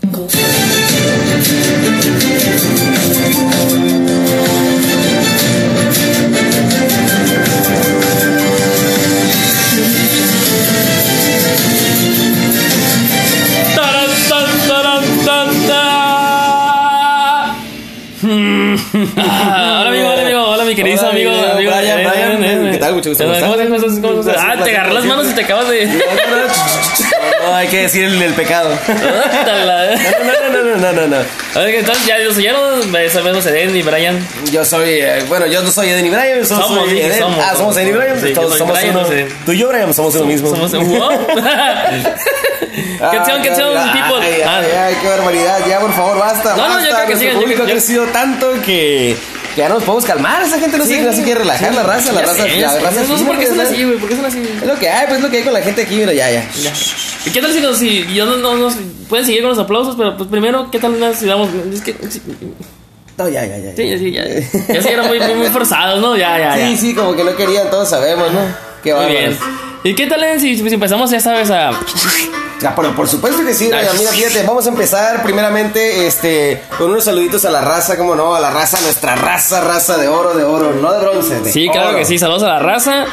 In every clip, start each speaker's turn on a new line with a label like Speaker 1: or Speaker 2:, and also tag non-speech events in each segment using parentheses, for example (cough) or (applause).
Speaker 1: Blanco.
Speaker 2: Tarán, tan, tarán, tan, ta. Mm. Ah, Hola amigo, hola amigo, hola mi querido
Speaker 3: Hola,
Speaker 2: amigo,
Speaker 3: amigo,
Speaker 2: amigo.
Speaker 3: Brian,
Speaker 2: Eh,
Speaker 3: Brian,
Speaker 2: eh, eh.
Speaker 3: ¿qué tal? Mucho gusto,
Speaker 2: ¿Cómo
Speaker 3: ¿cómo
Speaker 2: estás?
Speaker 3: estás?
Speaker 2: ¿Cómo estás? ¿Cómo estás?
Speaker 3: Un
Speaker 2: Ah,
Speaker 3: placer
Speaker 2: te agarré las
Speaker 3: platicar
Speaker 2: manos y te acabas de.
Speaker 3: No, hay que decir el, el pecado.
Speaker 2: Tala.
Speaker 3: No, no, no, no, no, no.
Speaker 2: eh. A ver, entonces ya, yo soy- ya no me sabemos Eden ni Brian.
Speaker 3: Yo soy, eh, bueno, yo no soy Eddie Bryan, somos,
Speaker 2: Somos,
Speaker 3: soy
Speaker 2: dije,
Speaker 3: Eden.
Speaker 2: somos,
Speaker 3: ah, somos
Speaker 2: somos.
Speaker 3: Eddie Bryan,
Speaker 2: Sí, yo
Speaker 3: todos
Speaker 2: soy
Speaker 3: somos
Speaker 2: Bryan,
Speaker 3: uno.
Speaker 2: no sé.
Speaker 3: Tú y yo, Bryan, somos uno mismo.
Speaker 2: Somos. ¡Wow!
Speaker 3: (laughs) Ah,
Speaker 2: Canción, canción,
Speaker 3: ay,
Speaker 2: people.
Speaker 3: Ay,
Speaker 2: Ah,
Speaker 3: ay, ay, qué barbaridad, ya por favor, basta.
Speaker 2: No, no, yo
Speaker 3: basta.
Speaker 2: creo que
Speaker 3: Nuestro
Speaker 2: sigan, yo
Speaker 3: público
Speaker 2: creo-
Speaker 3: ha
Speaker 2: yo-
Speaker 3: crecido tanto que, que ya nos podemos calmar. Esa gente no, se, no se quiere relajar, la raza, la
Speaker 2: ya
Speaker 3: raza.
Speaker 2: sé,
Speaker 3: la
Speaker 2: ya sé.
Speaker 3: raza
Speaker 2: No sé por qué son
Speaker 3: fina,
Speaker 2: así, güey, ¿por qué son así?
Speaker 3: Es lo que hay, pues es lo que hay con la gente aquí, mira, ya, ya.
Speaker 2: Ya. ¿Y ¿Qué tal si nos, si yo no, no, no- pueden seguir con los aplausos, pero pues primero, ¿qué tal una- si damos, es que, sí,
Speaker 3: No, ya, ya, ya.
Speaker 2: sí,
Speaker 3: (laughs)
Speaker 2: sí, ya, ya, ya sí eran muy, muy, muy forzados, ¿no? Ya, ya, Ah, ya.
Speaker 3: Sí, sí, como que no querían, todos sabemos, ¿no? Qué
Speaker 2: Muy
Speaker 3: bárbaros.
Speaker 2: bien. ¿Y qué tal eh, si, si empezamos, ya sabes, a...
Speaker 3: Ah, pero por supuesto que sí,
Speaker 2: Ay.
Speaker 3: doña Mira, fíjate, vamos a empezar primeramente este, con unos saluditos a la raza, como no, a la raza, nuestra raza, raza de oro, de oro, no de bronce. de
Speaker 2: Sí, claro
Speaker 3: oro.
Speaker 2: que sí, saludos a la raza.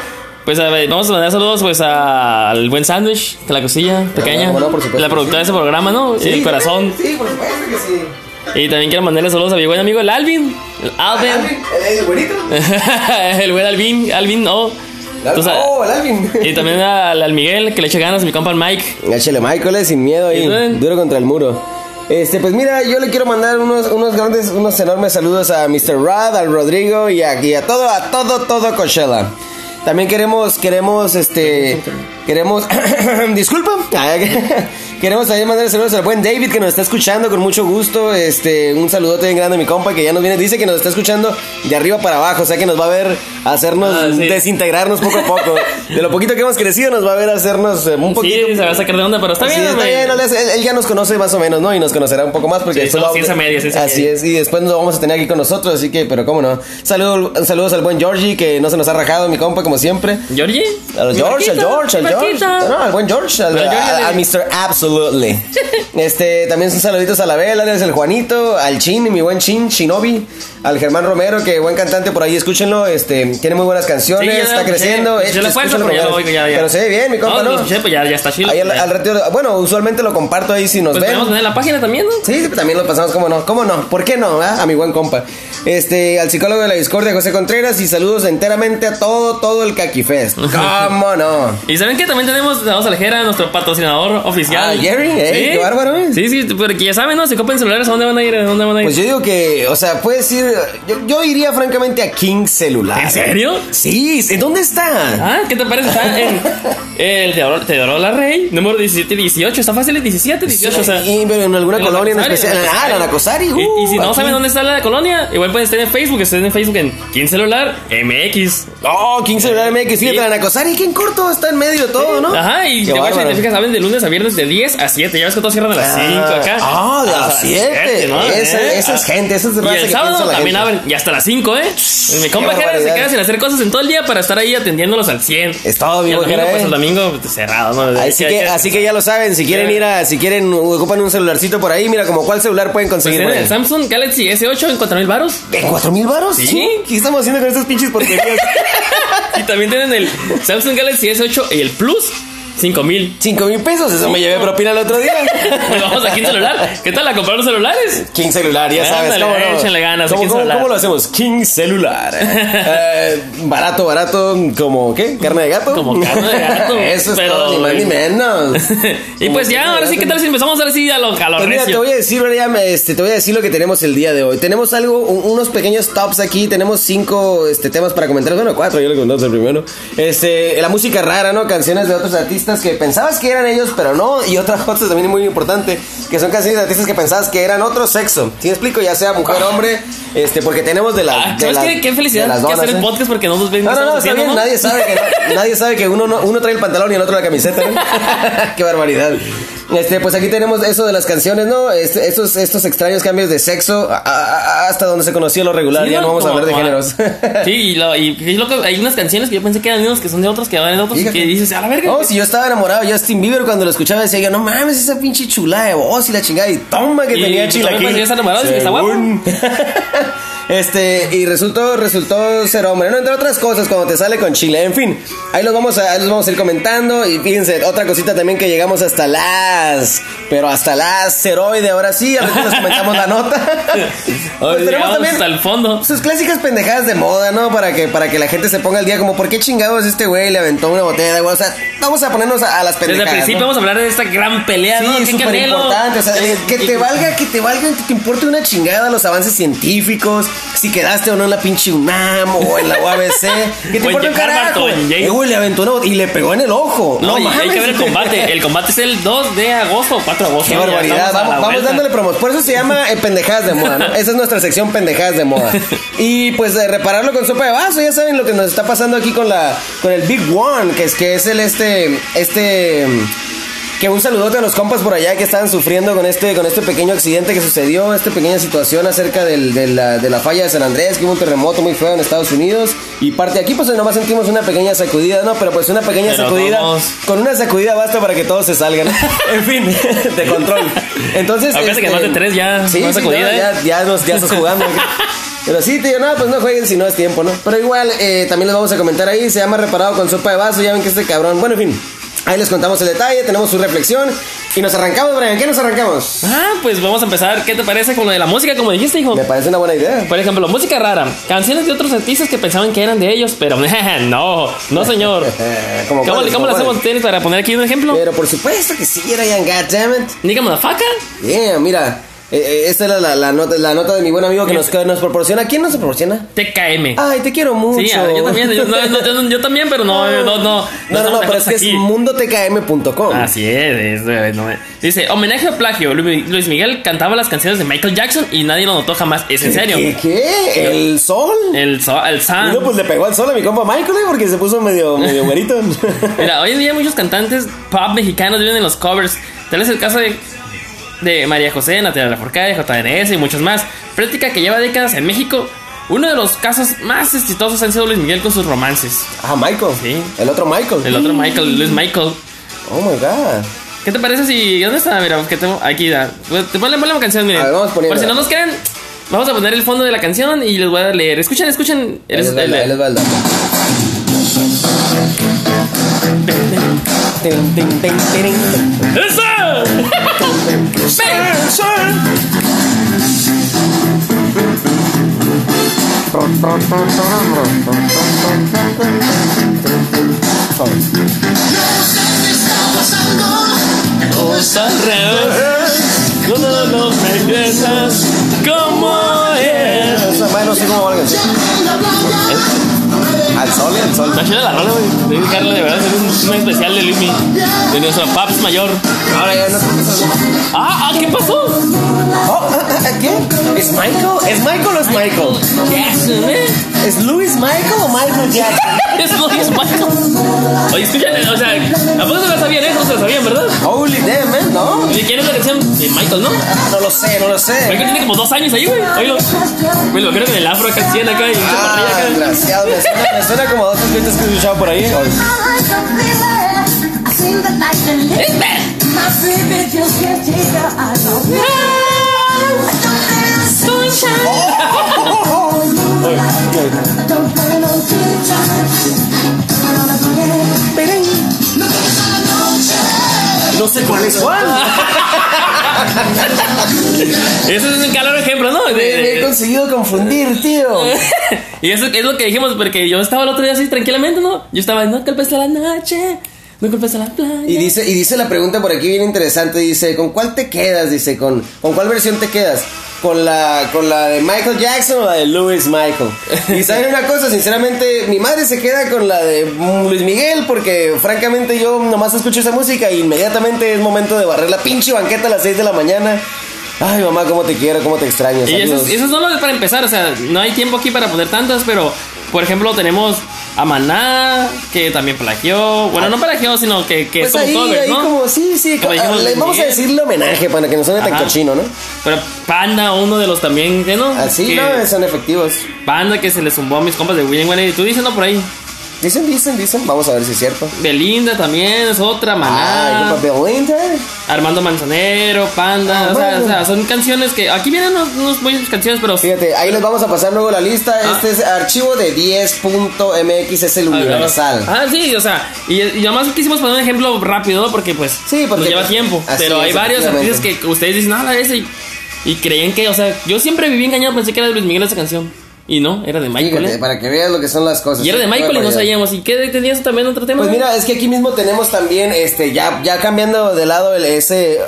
Speaker 2: Pues a ver, vamos a mandar saludos pues a- al buen sándwich, de la cosilla pequeña,
Speaker 3: bueno, por supuesto,
Speaker 2: la productora de ese programa, ¿no?
Speaker 3: Sí,
Speaker 2: el corazón.
Speaker 3: Sí, por supuesto que sí.
Speaker 2: Y también quiero mandarle saludos a mi buen amigo el Alvin, el Alvin,
Speaker 3: Alvin, ¿El el güerito?
Speaker 2: (laughs) el buen Alvin, Alvin, no. Entonces,
Speaker 3: oh, el Alvin.
Speaker 2: Y también al, al Miguel, que le eche ganas, mi compa el Mike.
Speaker 3: Échale, Michael, eh, sin miedo ahí,
Speaker 2: ¿Y tú?
Speaker 3: duro contra el muro. Este, pues mira, yo le quiero mandar unos, unos grandes, unos enormes saludos a Mr. Rod, al Rodrigo y a, y a todo, a todo, todo Coachella. También queremos, queremos, este, queremos, (coughs) disculpa, (coughs) (laughs) queremos también mandar saludos al buen David que nos está escuchando con mucho gusto, este, un saludote bien grande a mi compa que ya nos viene, dice que nos está escuchando de arriba para abajo, o sea que nos va a ver hacernos,
Speaker 2: Ah, sí.
Speaker 3: desintegrarnos poco
Speaker 2: (laughs)
Speaker 3: a poco. De lo poquito que hemos crecido nos va a ver hacernos eh, un poquito.
Speaker 2: Sí, se va a sacar de onda, pero está
Speaker 3: Sí,
Speaker 2: bien,
Speaker 3: está
Speaker 2: güey.
Speaker 3: bien, Alex, él, él ya nos conoce más o menos, ¿no? Y nos conocerá un poco más porque
Speaker 2: Sí,
Speaker 3: después
Speaker 2: somos
Speaker 3: lo vamos-
Speaker 2: ciencia media, ciencia
Speaker 3: Así
Speaker 2: media.
Speaker 3: es, y después nos vamos a tener aquí con nosotros, así que, pero cómo no. Saludo- saludos al buen Georgie, que no se nos ha rajado, mi compa, como siempre.
Speaker 2: ¿Georgie?
Speaker 3: Al
Speaker 2: Mi
Speaker 3: George, al
Speaker 2: Marquito,
Speaker 3: George, al
Speaker 2: mi
Speaker 3: George.
Speaker 2: Marquito.
Speaker 3: No, al buen George, al,
Speaker 2: Al George
Speaker 3: a-
Speaker 2: le-
Speaker 3: a Mr.
Speaker 2: (laughs)
Speaker 3: Absolutely. Este, también son saluditos a la Bel, Alex, el Juanito, al Chin, mi buen Chin, Shinobi, al Germán Romero, que buen cantante por ahí, escúchenlo, este, tiene muy buenas canciones,
Speaker 2: Sí, ya,
Speaker 3: está
Speaker 2: sí,
Speaker 3: creciendo.
Speaker 2: escuché
Speaker 3: eh,
Speaker 2: la fuerza,
Speaker 3: escúchenlo,
Speaker 2: pero ya
Speaker 3: compadre.
Speaker 2: lo oigo, ya, ya.
Speaker 3: Pero se ve bien, mi compa,
Speaker 2: no,
Speaker 3: ¿no?
Speaker 2: lo escuché, pues ya, ya está chido.
Speaker 3: Ahí al,
Speaker 2: Ya.
Speaker 3: al ratito, bueno, usualmente lo comparto ahí si nos
Speaker 2: Pues
Speaker 3: ven.
Speaker 2: podemos tener la página también, ¿no?
Speaker 3: Sí, sí, también lo pasamos, cómo no, cómo no, ¿por qué no? ah? A mi buen compa. Este, al psicólogo de la discordia, José Contreras, y saludos enteramente a todo, todo
Speaker 2: (laughs)
Speaker 3: el Caquifest. ¿Cómo no?
Speaker 2: Y saben que también tenemos a Vamos Alejera, nuestro patrocinador oficial.
Speaker 3: Ah, Jerry, eh, qué bárbaro, eh.
Speaker 2: Sí, sí, porque ya saben, ¿no? Si compran celulares, ¿a dónde van a ir? ¿A dónde van a ir?
Speaker 3: Pues yo digo que, o sea, puedes ir, yo, yo iría francamente a King Celular.
Speaker 2: ¿En serio?
Speaker 3: Sí, ¿en dónde está?
Speaker 2: Ah, ¿qué te parece? Está en el Teodoro, Teodoro la Rey, número 17, 18. Está fácil, es 17, 18. O sea,
Speaker 3: Sí, pero en alguna
Speaker 2: en la
Speaker 3: colonia en
Speaker 2: Cosari,
Speaker 3: especial.
Speaker 2: en la uh,
Speaker 3: Ah, la Nacosari.
Speaker 2: Y, y si no
Speaker 3: aquí.
Speaker 2: saben dónde está la colonia, igual pueden estar en Facebook, estén en Facebook en Quién Celular MX.
Speaker 3: Oh, King Celular MX, fíjate,
Speaker 2: Sí.
Speaker 3: la Nacosari, que en corto está en medio de todo, ¿no?
Speaker 2: Ajá, y te
Speaker 3: Qué
Speaker 2: voy a decir, te
Speaker 3: bárbaro.
Speaker 2: fijas, saben, de lunes a viernes de 10 a 7. Ya ves que todos cierran a las 5 acá.
Speaker 3: Ah, a
Speaker 2: Hasta
Speaker 3: las 7.
Speaker 2: ¿no?
Speaker 3: Esa,
Speaker 2: ¿Eh?
Speaker 3: esa es
Speaker 2: Ah.
Speaker 3: gente, esa es
Speaker 2: Y
Speaker 3: raza que
Speaker 2: el
Speaker 3: piensa
Speaker 2: sábado
Speaker 3: la
Speaker 2: también
Speaker 3: gente.
Speaker 2: abren, y hasta las 5, ¿eh? Mi compa
Speaker 3: Qué
Speaker 2: Jera se
Speaker 3: barbaridad.
Speaker 2: queda sin hacer cosas en todo el día para estar ahí atendiéndolos al 100.
Speaker 3: Es todo,
Speaker 2: Y
Speaker 3: amigo
Speaker 2: el domingo,
Speaker 3: Jera,
Speaker 2: pues
Speaker 3: ¿eh?
Speaker 2: el domingo pues, cerrado, ¿no?
Speaker 3: Así que, así que ya lo saben, si quieren ir a, si quieren, ocupan un celularcito por ahí, mira como cuál celular pueden conseguir.
Speaker 2: Tienen
Speaker 3: Pues por
Speaker 2: el
Speaker 3: ahí.
Speaker 2: Samsung Galaxy S8 en 4000 baros.
Speaker 3: ¿De cuatro mil varos?
Speaker 2: Sí.
Speaker 3: ¿Qué estamos haciendo con estas pinches porquerías?
Speaker 2: Y también tienen el Samsung Galaxy S8 y el Plus 5000.
Speaker 3: (laughs) Cinco mil pesos, eso me llevé propina el otro día. (laughs)
Speaker 2: Nos vamos aquí en celular. ¿Qué tal a comprar los celulares?
Speaker 3: King celular, ya sabes.
Speaker 2: Ándale,
Speaker 3: ¿cómo no?
Speaker 2: échenle ganas a
Speaker 3: ¿Cómo,
Speaker 2: King
Speaker 3: cómo-
Speaker 2: Celular.
Speaker 3: cómo lo hacemos? King (laughs) celular. Eh, barato, barato, como qué? ¿Carne de gato?
Speaker 2: Como carne de gato,
Speaker 3: (laughs) eso es
Speaker 2: pero-
Speaker 3: todo, ni más ni menos.
Speaker 2: (laughs)
Speaker 3: (laughs)
Speaker 2: y pues ya, ahora sí, ¿qué tal si empezamos ahora sí a lo, a lo
Speaker 3: Pues mira, te
Speaker 2: recio?
Speaker 3: voy a decir, Brian, este, te voy a decir lo que tenemos el día de hoy. Tenemos algo, un- unos pequeños tops aquí, tenemos cinco este, temas para comentar. Bueno, cuatro, yo le conté el primero. Este, la música rara, ¿no? Canciones de otros artistas que pensabas que eran ellos, pero no. Y otra (laughs) cosa también muy importante, que son canciones de artistas que pensabas que eran otro sexo. ¿Sí me explico? Ya sea mujer, hombre, este, porque tenemos de las.
Speaker 2: Ah,
Speaker 3: de
Speaker 2: ¿Sabes
Speaker 3: las-
Speaker 2: qué, qué
Speaker 3: de
Speaker 2: felicidad
Speaker 3: las
Speaker 2: que hacer
Speaker 3: donas,
Speaker 2: el
Speaker 3: ¿eh?
Speaker 2: podcast porque no nos ven?
Speaker 3: No,
Speaker 2: qué
Speaker 3: no, no,
Speaker 2: estamos
Speaker 3: está bien.
Speaker 2: haciendo,
Speaker 3: Nadie
Speaker 2: ¿no?
Speaker 3: sabe que, nadie sabe que uno, no- uno trae el pantalón y el otro la camiseta. ¿no? (laughs) Qué barbaridad. Este, pues aquí tenemos eso de las canciones, ¿no? Este, estos, estos extraños cambios de sexo a- a- a- hasta donde se conoció lo regular.
Speaker 2: Sí,
Speaker 3: ya no vamos a
Speaker 2: Como-
Speaker 3: hablar de
Speaker 2: como-
Speaker 3: géneros. (laughs)
Speaker 2: Sí, y, lo- y- y lo que- hay unas canciones que yo pensé que eran de unos que son de otros que van de otros y
Speaker 3: Fíjate. Oh,
Speaker 2: que dices, a la verga.
Speaker 3: No, si yo estaba enamorado de Justin Bieber cuando lo escuchaba decía yo, no mames, esa pinche chulada de voz y la chingada y toma que
Speaker 2: Y
Speaker 3: tenía
Speaker 2: tú
Speaker 3: chilaquil.
Speaker 2: también parecías enamorado, dices que está guapo.
Speaker 3: Según. (laughs) Este, y resultó, resultó ser hombre, ¿no? Entre otras cosas, cuando te sale con Chile, en fin, ahí los vamos a, ahí los vamos a ir comentando. Y fíjense, otra cosita también que llegamos hasta las, pero hasta las ceroide, ahora sí, a ver si les comentamos
Speaker 2: (laughs)
Speaker 3: la nota.
Speaker 2: Ahora
Speaker 3: Pues tenemos
Speaker 2: llegamos
Speaker 3: también-
Speaker 2: hasta el fondo.
Speaker 3: Sus clásicas pendejadas de moda, ¿no? Para que, para que la gente se ponga al día, como, ¿por qué chingados este güey le aventó una botella de agua? O sea, vamos a ponernos a, a las
Speaker 2: Desde el
Speaker 3: pendejadas.
Speaker 2: principio
Speaker 3: ¿no?
Speaker 2: vamos a hablar de esta gran pelea, ¿no?
Speaker 3: Sí,
Speaker 2: Que
Speaker 3: súper
Speaker 2: Canelo-
Speaker 3: importante. O sea, eh, que
Speaker 2: Y-
Speaker 3: te valga, que te valga, que te importe una chingada los avances científicos, si quedaste o no en la pinche UNAM o en la UABC. que
Speaker 2: (laughs)
Speaker 3: te
Speaker 2: O en
Speaker 3: importe un
Speaker 2: Jakarta,
Speaker 3: carajo.
Speaker 2: o en Yale.
Speaker 3: Eh, güey, le aventó una botella y le pegó en el ojo.
Speaker 2: No, y hay que ver el
Speaker 3: mames.
Speaker 2: combate. El combate es el 2 de agosto o 4 de agosto.
Speaker 3: Qué
Speaker 2: ¿no? Ya
Speaker 3: barbaridad.
Speaker 2: estamos a la
Speaker 3: Vamos, vamos
Speaker 2: vuelta.
Speaker 3: dándole promos. Por eso se llama eh, pendejadas de moda, ¿no? Esa es nuestra sección pendejadas de
Speaker 2: (laughs)
Speaker 3: moda. Y pues eh, repararlo con sopa de vaso, ya saben lo que nos está pasando aquí con la con el Big One, que es que es el este este que un saludote a los compas por allá que estaban sufriendo con este con este pequeño accidente que sucedió, esta pequeña situación acerca del- de, la, de la falla de San Andrés, que hubo un terremoto muy feo en Estados Unidos y parte de aquí pues nomás sentimos una pequeña sacudida, no, pero pues una pequeña
Speaker 2: Pero
Speaker 3: sacudida
Speaker 2: todos-
Speaker 3: con una sacudida basta para que todos
Speaker 2: (laughs)
Speaker 3: se salgan. en fin, de control. Entonces.
Speaker 2: Acuérdate que más de tres ya,
Speaker 3: este, Sí,
Speaker 2: más
Speaker 3: sí,
Speaker 2: sacudida,
Speaker 3: no,
Speaker 2: ¿eh?
Speaker 3: ya, ya, nos, ya
Speaker 2: (laughs)
Speaker 3: estás jugando. Pero sí, te digo, no, pues no jueguen si no es tiempo, ¿no? Pero igual, eh, también les vamos a comentar ahí. Se llama Reparado con Sopa de Vaso. Ya ven que este cabrón. Bueno, en fin. Ahí les contamos el detalle, tenemos su reflexión. Y nos arrancamos, Brian. ¿Qué nos arrancamos?
Speaker 2: Ah, pues vamos a empezar. ¿Qué te parece con lo de la música, como dijiste, hijo?
Speaker 3: Me parece una buena idea.
Speaker 2: Por ejemplo, música rara. Canciones de otros artistas que pensaban que eran de ellos, pero (laughs) no, no señor.
Speaker 3: Eh, Como
Speaker 2: ¿Cómo, cómo
Speaker 3: cuáles, como
Speaker 2: le hacemos
Speaker 3: cuáles.
Speaker 2: tenis para poner aquí un ejemplo?
Speaker 3: Pero por supuesto que sí, Brian, goddammit.
Speaker 2: Dígame la faca.
Speaker 3: Yeah, mira. eh, eh, esta era la, la nota, la nota de mi buen amigo que nos, que nos proporciona. ¿Quién nos proporciona?
Speaker 2: TKM.
Speaker 3: Ay, te quiero Ah, mucho.
Speaker 2: Sí, a- yo también, yo, no,
Speaker 3: (laughs)
Speaker 2: no, yo- yo también, pero no, no, no.
Speaker 3: No, no, no,
Speaker 2: estamos
Speaker 3: pero es que
Speaker 2: aquí. Ah,
Speaker 3: es mundotkm.com.
Speaker 2: Así es, es, eh, no me- Dice, homenaje a plagio. Lu- Luis Miguel cantaba las canciones de Michael Jackson y nadie lo notó jamás. Es en serio. Ah.
Speaker 3: ¿Qué? qué? ¿El sol?
Speaker 2: El, so- el Sam.
Speaker 3: No, pues le pegó al sol a mi compa Michael, eh, porque se puso
Speaker 2: (laughs)
Speaker 3: medio, medio güerito.
Speaker 2: Mira, hoy en día muchos cantantes pop mexicanos viven en los covers. Tal es el caso de, de María José, Natalia Lafourcade, JNS y muchos más. Práctica que lleva décadas en México. Uno de los casos más exitosos han sido Luis Miguel con sus romances.
Speaker 3: ah, Michael.
Speaker 2: Sí.
Speaker 3: El otro Michael.
Speaker 2: El otro Michael, Luis Michael.
Speaker 3: Oh my god.
Speaker 2: ¿Qué te parece si... ¿Dónde está? Mira, que tengo... Aquí, da. Pues, Te ponle, ponle la canción, miren.
Speaker 3: A ver, vamos poniendo.
Speaker 2: Por si no nos quedan, vamos a poner el fondo de la canción y les voy a leer. Escuchen, escuchen.
Speaker 3: Ahí les va el- ahí les va el dato. Tin, tin, tin, tirin.
Speaker 2: ¡Esa!
Speaker 3: (laughs)
Speaker 2: ¡Ven! Pues al revés. Cuando no regresas, como es.
Speaker 3: Esa madre no sé cómo va la canción. Al sol, al sol.
Speaker 2: Está chida la rola, güey. Debe dejarla de verdad. Es un, un especial de Luismi. De nuestro Paps mayor.
Speaker 3: Ahora ya no
Speaker 2: Ah, ah, ¿qué pasó?
Speaker 3: (laughs) Oh, ¿Quién? ¿Es Michael? ¿Es Michael o es Michael?
Speaker 2: Jackson, ¿eh?
Speaker 3: ¿Es Luis Michael o Michael Jackson?
Speaker 2: Es Luis Michael. Oye, escúchale, o sea, ¿a poco se la sabían eso? Se la sabían, ¿verdad?
Speaker 3: Holy damn, man, ¿no?
Speaker 2: ¿Y quién es la canción de Michael, no?
Speaker 3: No lo sé, no lo sé.
Speaker 2: Michael tiene como dos años ahí, güey. Oílo. Güey, lo creo que en el afro acá, 100 acá y mucha
Speaker 3: Ah,
Speaker 2: parrilla acá.
Speaker 3: desgraciado, me suena, me suena como a dos clientes que he escuchado por (laughs) ahí.
Speaker 2: Ah.
Speaker 3: No sé cuál es cuál.
Speaker 2: Eso es un claro ejemplo, ¿no? De-
Speaker 3: Me, me he
Speaker 2: de-
Speaker 3: conseguido confundir, tío.
Speaker 2: (laughs) y eso es lo que dijimos, porque yo estaba el otro día así tranquilamente, ¿no? Yo estaba, no culpes a la noche, no culpes a la playa.
Speaker 3: Y dice, y dice la pregunta por aquí bien interesante, dice, ¿con cuál te quedas? Dice, ¿con, con cuál versión te quedas? ¿Con la, ¿Con la de Michael Jackson o la de Louis Michael?
Speaker 2: (laughs)
Speaker 3: Y saben una cosa, sinceramente, mi madre se queda con la de Luis Miguel porque francamente yo nomás escucho esa música e inmediatamente es momento de barrer la pinche banqueta a las 6 de la mañana. Ay, mamá, cómo te quiero, cómo te extraño.
Speaker 2: Y eso,
Speaker 3: saludos.
Speaker 2: es- eso es solo para empezar, o sea, no hay tiempo aquí para poner tantas, pero por ejemplo tenemos a Maná, que también plagió. Bueno, no plagió, sino que, que
Speaker 3: Pues
Speaker 2: son
Speaker 3: ahí,
Speaker 2: covers,
Speaker 3: ahí
Speaker 2: ¿no?
Speaker 3: como, sí, sí,
Speaker 2: Como
Speaker 3: co-
Speaker 2: dijimos,
Speaker 3: le vamos a
Speaker 2: Miguel.
Speaker 3: decirle homenaje para que no suene tan
Speaker 2: Ajá.
Speaker 3: cochino, ¿no?
Speaker 2: Pero Panda, uno de los también, ¿qué ¿no?
Speaker 3: Así,
Speaker 2: Que-
Speaker 3: ¿no? Son efectivos.
Speaker 2: Panda que se le zumbó a mis compas de William Wayne. Y tú dices, no, por ahí.
Speaker 3: Dicen, dicen, dicen. Vamos a ver si es cierto.
Speaker 2: Belinda también es otra,
Speaker 3: Ah,
Speaker 2: Maná.
Speaker 3: compa Belinda.
Speaker 2: Armando Manzanero, Panda.
Speaker 3: Ah,
Speaker 2: o, sea,
Speaker 3: bueno.
Speaker 2: o sea, son canciones que. Aquí vienen unos, unos buenas canciones, pero.
Speaker 3: Fíjate, ahí les vamos a pasar luego la lista.
Speaker 2: Ah.
Speaker 3: Este es archivo de 10.mx, es el
Speaker 2: Ah,
Speaker 3: universal.
Speaker 2: Ah, sí, o sea, y, y además quisimos poner un ejemplo rápido, ¿no? porque pues
Speaker 3: Sí, porque-
Speaker 2: nos lleva tiempo.
Speaker 3: así
Speaker 2: pero hay
Speaker 3: es,
Speaker 2: varios artistas
Speaker 3: efectivamente.
Speaker 2: que ustedes dicen, nada, ese. Y, y creían que, o sea, yo siempre viví engañado, pensé que era de Luis Miguel esa canción. Y no, era de Michael.
Speaker 3: Fíjate,
Speaker 2: ¿eh?
Speaker 3: para que veas lo que son las cosas.
Speaker 2: Y era de
Speaker 3: Qué
Speaker 2: Michael y no
Speaker 3: barbaridad.
Speaker 2: sabíamos. ¿Y qué tenías también otro tema?
Speaker 3: Pues
Speaker 2: güey?
Speaker 3: mira, es que aquí mismo tenemos también, este, ya, ya cambiando de lado el, ese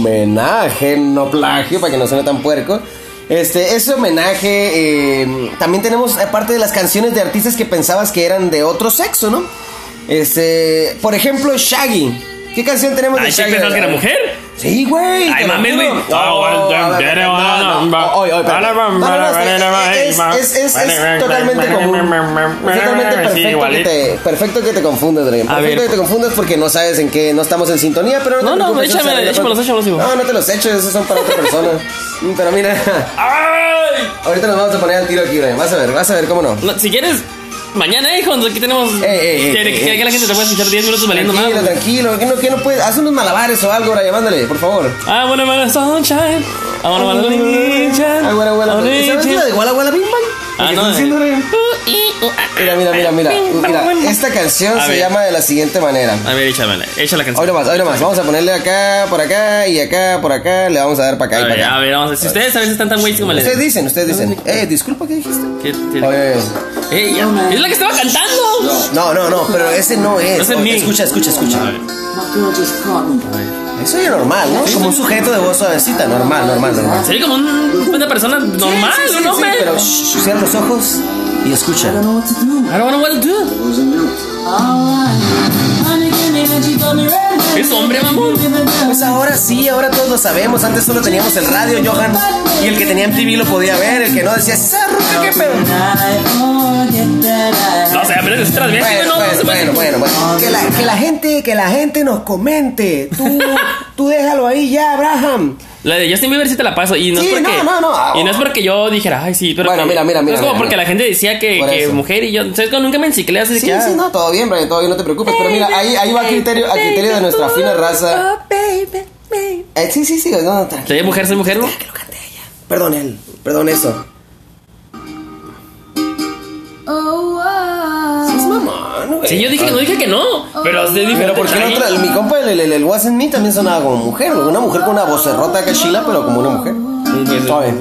Speaker 3: homenaje, no plagio, para que no suene tan puerco. Este, ese homenaje, eh, también tenemos aparte de las canciones de artistas que pensabas que eran de otro sexo, ¿no? Este, por ejemplo, Shaggy. ¿Qué canción tenemos
Speaker 2: Ay,
Speaker 3: de
Speaker 2: ¿sí
Speaker 3: Shaggy?
Speaker 2: pensabas que era mujer?
Speaker 3: Sí, güey.
Speaker 2: Ay,
Speaker 3: te lo
Speaker 2: mames,
Speaker 3: juro.
Speaker 2: güey.
Speaker 3: No,
Speaker 2: Ah,
Speaker 3: no,
Speaker 2: bueno,
Speaker 3: no, no, no, no. Oye, oye, espérate. No, no, no, es- es- es- es totalmente común. Es totalmente
Speaker 2: Sí,
Speaker 3: perfecto que
Speaker 2: igualito.
Speaker 3: te- Perfecto que te confundas, Adrián.
Speaker 2: A
Speaker 3: Perfecto
Speaker 2: ver.
Speaker 3: que te confundas porque no sabes en qué, no estamos en sintonía, pero no
Speaker 2: No,
Speaker 3: te
Speaker 2: no,
Speaker 3: preocupes, eso se
Speaker 2: échamela,
Speaker 3: arregla pronto.
Speaker 2: échamelos, échamelos, digo.
Speaker 3: No, no te los echo, esos son para
Speaker 2: (laughs)
Speaker 3: otra persona. Mm, Pero mira,
Speaker 2: ¡Ay!
Speaker 3: ahorita nos vamos a poner al tiro aquí, Adrián. Vas a ver, vas a ver cómo no.
Speaker 2: No, si quieres, mañana, hijo, aquí tenemos.
Speaker 3: Ey, ey, ey,
Speaker 2: que,
Speaker 3: ey,
Speaker 2: que-
Speaker 3: ey.
Speaker 2: que la gente te puede escuchar 10 minutos valiendo más.
Speaker 3: Tranquilo, tranquilo. ¿Qué no, qué no puedes? Haz unos malabares o algo, Adrián, mándale, por favor.
Speaker 2: I wanna wanna sunshine. I wanna wanna sunshine.
Speaker 3: Ay, bueno, bueno.
Speaker 2: I wanna
Speaker 3: ¿Sabes
Speaker 2: sunshine.
Speaker 3: la de Walla Walla Bim Bam?
Speaker 2: Ah,
Speaker 3: ¿Qué
Speaker 2: no.
Speaker 3: estás
Speaker 2: eh.
Speaker 3: haciendo, Adrián?
Speaker 2: Uh, y, uh, ah,
Speaker 3: Mira, mira, mira, mira. Mira, este- esta canción
Speaker 2: A
Speaker 3: se
Speaker 2: ver.
Speaker 3: llama de la siguiente manera.
Speaker 2: A ver, échamela. Echa la canción.
Speaker 3: Ahora más, ahora más. Vamos a ponerle acá, por acá y acá, por acá. Le vamos a dar para acá
Speaker 2: A
Speaker 3: y para
Speaker 2: ver, a
Speaker 3: acá.
Speaker 2: ver, vamos a ver. Si ustedes a veces están tan güeyes como les.
Speaker 3: Ustedes dicen, ustedes dicen. Eh, disculpa, ¿qué dijiste?
Speaker 2: ¿Qué tiene?
Speaker 3: Oye,
Speaker 2: ¡Ey, ya! ¡Es la que estaba cantando!
Speaker 3: no, no, no, pero ese no es.
Speaker 2: Ese es mío.
Speaker 3: Escucha, escucha,
Speaker 2: A
Speaker 3: escucha.
Speaker 2: ver.
Speaker 1: My girl just caught me.
Speaker 3: Eso es normal, ¿no? Como un sujeto de voz suavecita. Normal, normal, normal.
Speaker 2: Sería como un- una persona normal,
Speaker 3: Sí, sí, sí,
Speaker 2: un hombre.
Speaker 3: sí, pero shh, cierra los ojos y escucha.
Speaker 1: I don't know what to do.
Speaker 2: I don't know what to do. Es hombre, mamón.
Speaker 3: Pues ahora sí, ahora todos lo sabemos. Antes solo teníamos el radio, Johan. Y el que tenía MTV lo podía ver. El que no decía, "Esa ruca, qué pedo!
Speaker 2: No, o sea, pero es transvesti, güey,
Speaker 3: Bueno,
Speaker 2: no, pues. no se
Speaker 3: bueno,
Speaker 2: puede.
Speaker 3: bueno, bueno, bueno. Que la, que la gente, que la gente nos comente.
Speaker 2: (laughs)
Speaker 3: Tú, tú déjalo ahí ya, Abraham.
Speaker 2: La de Justin Bieber sí te la paso. Y no
Speaker 3: Sí,
Speaker 2: es porque.
Speaker 3: no, no, no.
Speaker 2: Y no es porque yo dijera, ay, sí, pero.
Speaker 3: Bueno,
Speaker 2: que-
Speaker 3: mira, mira, mira,
Speaker 2: Es como
Speaker 3: mira,
Speaker 2: porque
Speaker 3: mira.
Speaker 2: la gente decía que,
Speaker 3: Por
Speaker 2: que
Speaker 3: eso.
Speaker 2: mujer y yo. ¿Sabes? Cuando nunca me enciclé así de
Speaker 3: Sí,
Speaker 2: que. ah,
Speaker 3: sí, no, todo bien, Brian, todo bien, no te preocupes. Pero mira, ahí, ahí va a criterio, a criterio de nuestra fina raza. Eh, sí, sí, sí, no, no, tranquilo.
Speaker 2: ¿Soy mujer, soy mujer, güey?
Speaker 3: Que lo cante ella. Perdón él, perdón eso. Sí, es mamón, güey.
Speaker 2: Sí, yo dije, no dije que no. Pero es diferente.
Speaker 3: Pero porque el otro, el- mi compa, el, el, el, el Wasn't Me también sonaba como mujer, una mujer con una vocerrota acá chila, pero como una mujer. Suave.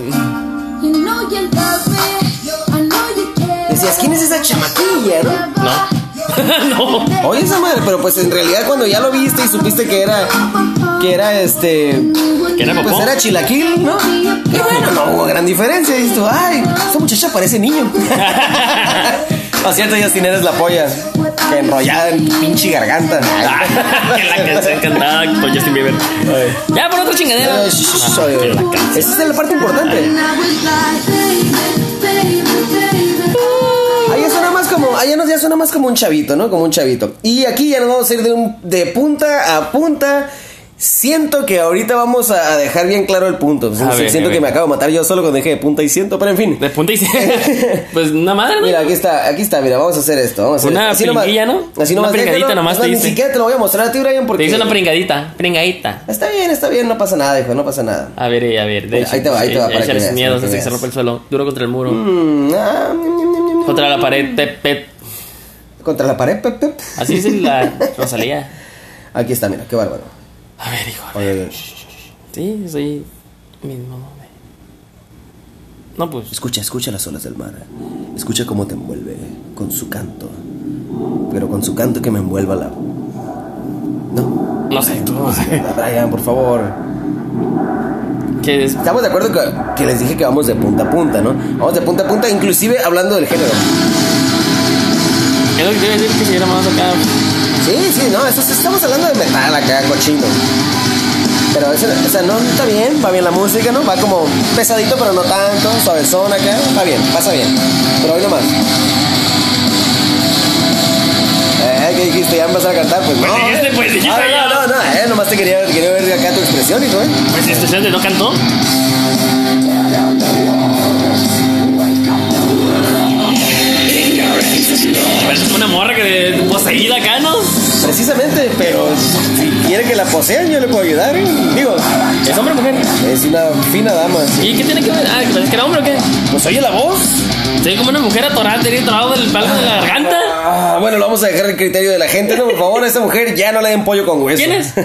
Speaker 3: Decías, ¿quién es esa chamaquilla, no?
Speaker 2: (laughs) no.
Speaker 3: Oye esa madre, pero pues en realidad cuando ya lo viste y supiste que era que era este
Speaker 2: Que era
Speaker 3: pues
Speaker 2: popó.
Speaker 3: era chilaquil, ¿no? Y bueno, no hubo gran diferencia, dices tú, ay, esa muchacha parece niño. (laughs) Lo cierto, Justin, eres la polla. que Enrollada en pinche (laughs) garganta.
Speaker 2: Ah, (laughs) que la canción cantada por Justin Bieber. Ya, por otra chingadera.
Speaker 3: Ay, shh, shh, shh, oye, Esa es Ah, la parte importante. Allá suena más como, allá nos ya suena más como un chavito, ¿no? Como un chavito. Y aquí ya nos vamos a ir de, un- de punta a punta. Siento que ahorita vamos a a dejar bien claro el punto.
Speaker 2: A ver,
Speaker 3: siento
Speaker 2: a
Speaker 3: que
Speaker 2: ver.
Speaker 3: me acabo de matar yo solo cuando dije de punta y ciento, pero en fin.
Speaker 2: De punta y
Speaker 3: (laughs)
Speaker 2: Pues nada madre, ¿no?
Speaker 3: Mira, aquí está, aquí está, mira, vamos a hacer esto. Vamos a hacer
Speaker 2: Una
Speaker 3: esto.
Speaker 2: pringuilla, ¿no?
Speaker 3: Así
Speaker 2: Una
Speaker 3: nomás
Speaker 2: pringadita
Speaker 3: déjalo.
Speaker 2: nomás
Speaker 3: Es más,
Speaker 2: te
Speaker 3: Ni
Speaker 2: hice.
Speaker 3: siquiera te lo voy a mostrar a ti, Brian,
Speaker 2: Te
Speaker 3: porque.
Speaker 2: hice una pringadita. Pringadita.
Speaker 3: Está bien, está bien, no pasa nada, hijo, no pasa nada.
Speaker 2: A ver, eh, a ver. De
Speaker 3: Ahí te va, ahí te va, para que
Speaker 2: Échale
Speaker 3: veas,
Speaker 2: sin miedo
Speaker 3: para que
Speaker 2: hasta que se
Speaker 3: veas.
Speaker 2: rompa el suelo. Duro contra el muro.
Speaker 3: Mm, ah, ñam, ñam, ñam, ñam.
Speaker 2: Contra la pared. Pep, pep.
Speaker 3: Contra la pared, pep, pep.
Speaker 2: Así dice
Speaker 3: (laughs)
Speaker 2: la Rosalía.
Speaker 3: Aquí está, mira, qué bárbaro.
Speaker 2: A ver, hijo.
Speaker 3: Oye, oye,
Speaker 2: Sí, soy mismo. hombre. No, pues.
Speaker 3: Escucha, escucha las olas del mar. Escucha cómo te envuelve con su canto. Pero con su canto que me envuelva la. No,
Speaker 2: No sé, tú no sé.
Speaker 3: Brian, por favor.
Speaker 2: ¿Qué es?
Speaker 3: Estamos de acuerdo que, que les dije que vamos de punta a punta, ¿no? Vamos de punta a punta, inclusive hablando del género.
Speaker 2: Es lo que te iba a decir que si era más acá.
Speaker 3: Sí, sí, no, eso sí, estamos hablando de metal acá, cochino. Pero eso, o sea, no está bien, va bien la música, ¿no? Va como pesadito, pero no tanto, suavezón acá, va bien, pasa bien. Pero hoy nomás. Eh, ¿Qué dijiste? ¿Ya me vas a cantar? Pues,
Speaker 2: Pues
Speaker 3: no.
Speaker 2: dijiste,
Speaker 3: eh.
Speaker 2: pues dijiste
Speaker 3: Ah,
Speaker 2: ya.
Speaker 3: no, no, no, eh, nomás te quería, quería ver acá tu expresión, hijo, eh.
Speaker 2: Pues este estudiante no cantó. Parece Pues, una morra que de, de poseída acá, ¿no?
Speaker 3: Precisamente, pero si quiere que la posean, yo le puedo ayudar, eh. Digo,
Speaker 2: ¿Es hombre o mujer?
Speaker 3: es una fina dama.
Speaker 2: ¿Y qué tiene que ver? Ah, ¿que era hombre o qué?
Speaker 3: ¿Nos oye la voz?
Speaker 2: Soy como una mujer atorada, tenía atorado del palo de la garganta.
Speaker 3: Ah, bueno, lo vamos a dejar al criterio de la gente, ¿no? Por favor, a esa mujer ya no le den pollo con hueso.
Speaker 2: ¿Quién es?
Speaker 3: (laughs)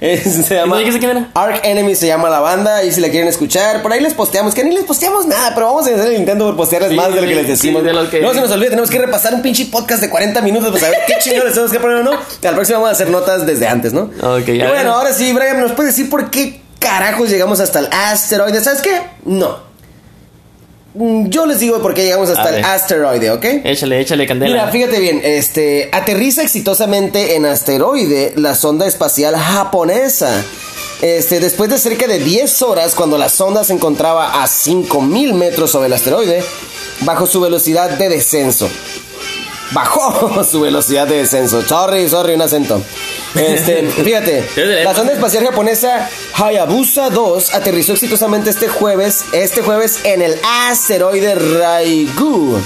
Speaker 3: Es- se llama...
Speaker 2: ¿No dijiste quién era?
Speaker 3: Arc Enemy se llama la banda, y si la quieren escuchar, por ahí les posteamos, que ni les posteamos nada, pero vamos a hacer el intento por postearles
Speaker 2: Sí,
Speaker 3: más de lo
Speaker 2: sí,
Speaker 3: que les decimos.
Speaker 2: sí, de lo que-
Speaker 3: No se nos olvide, tenemos que repasar un pinche podcast de 40 minutos
Speaker 2: (laughs)
Speaker 3: para saber qué chingados les tenemos que poner o no. Al próximo vamos a hacer notas desde antes, ¿no?
Speaker 2: Ok,
Speaker 3: Y
Speaker 2: ya.
Speaker 3: bueno, ahora sí, Brian, ¿nos puedes decir por qué carajos llegamos hasta el asteroide? ¿Sabes qué? No. Mm, Yo les digo por qué llegamos
Speaker 2: A
Speaker 3: hasta el
Speaker 2: ver.
Speaker 3: asteroide, ¿ok?
Speaker 2: Échale, échale candela.
Speaker 3: Mira, fíjate bien, este aterriza exitosamente en asteroide la sonda espacial japonesa. Este, después de cerca de 10 horas, cuando la sonda se encontraba a 5000 metros sobre el asteroide, bajo su velocidad de descenso. Bajó (laughs) su velocidad de descenso. Sorry, sorry, un acento. Este, fíjate, la sonda espacial japonesa Hayabusa 2 aterrizó exitosamente este jueves, este jueves en el asteroide Raigu.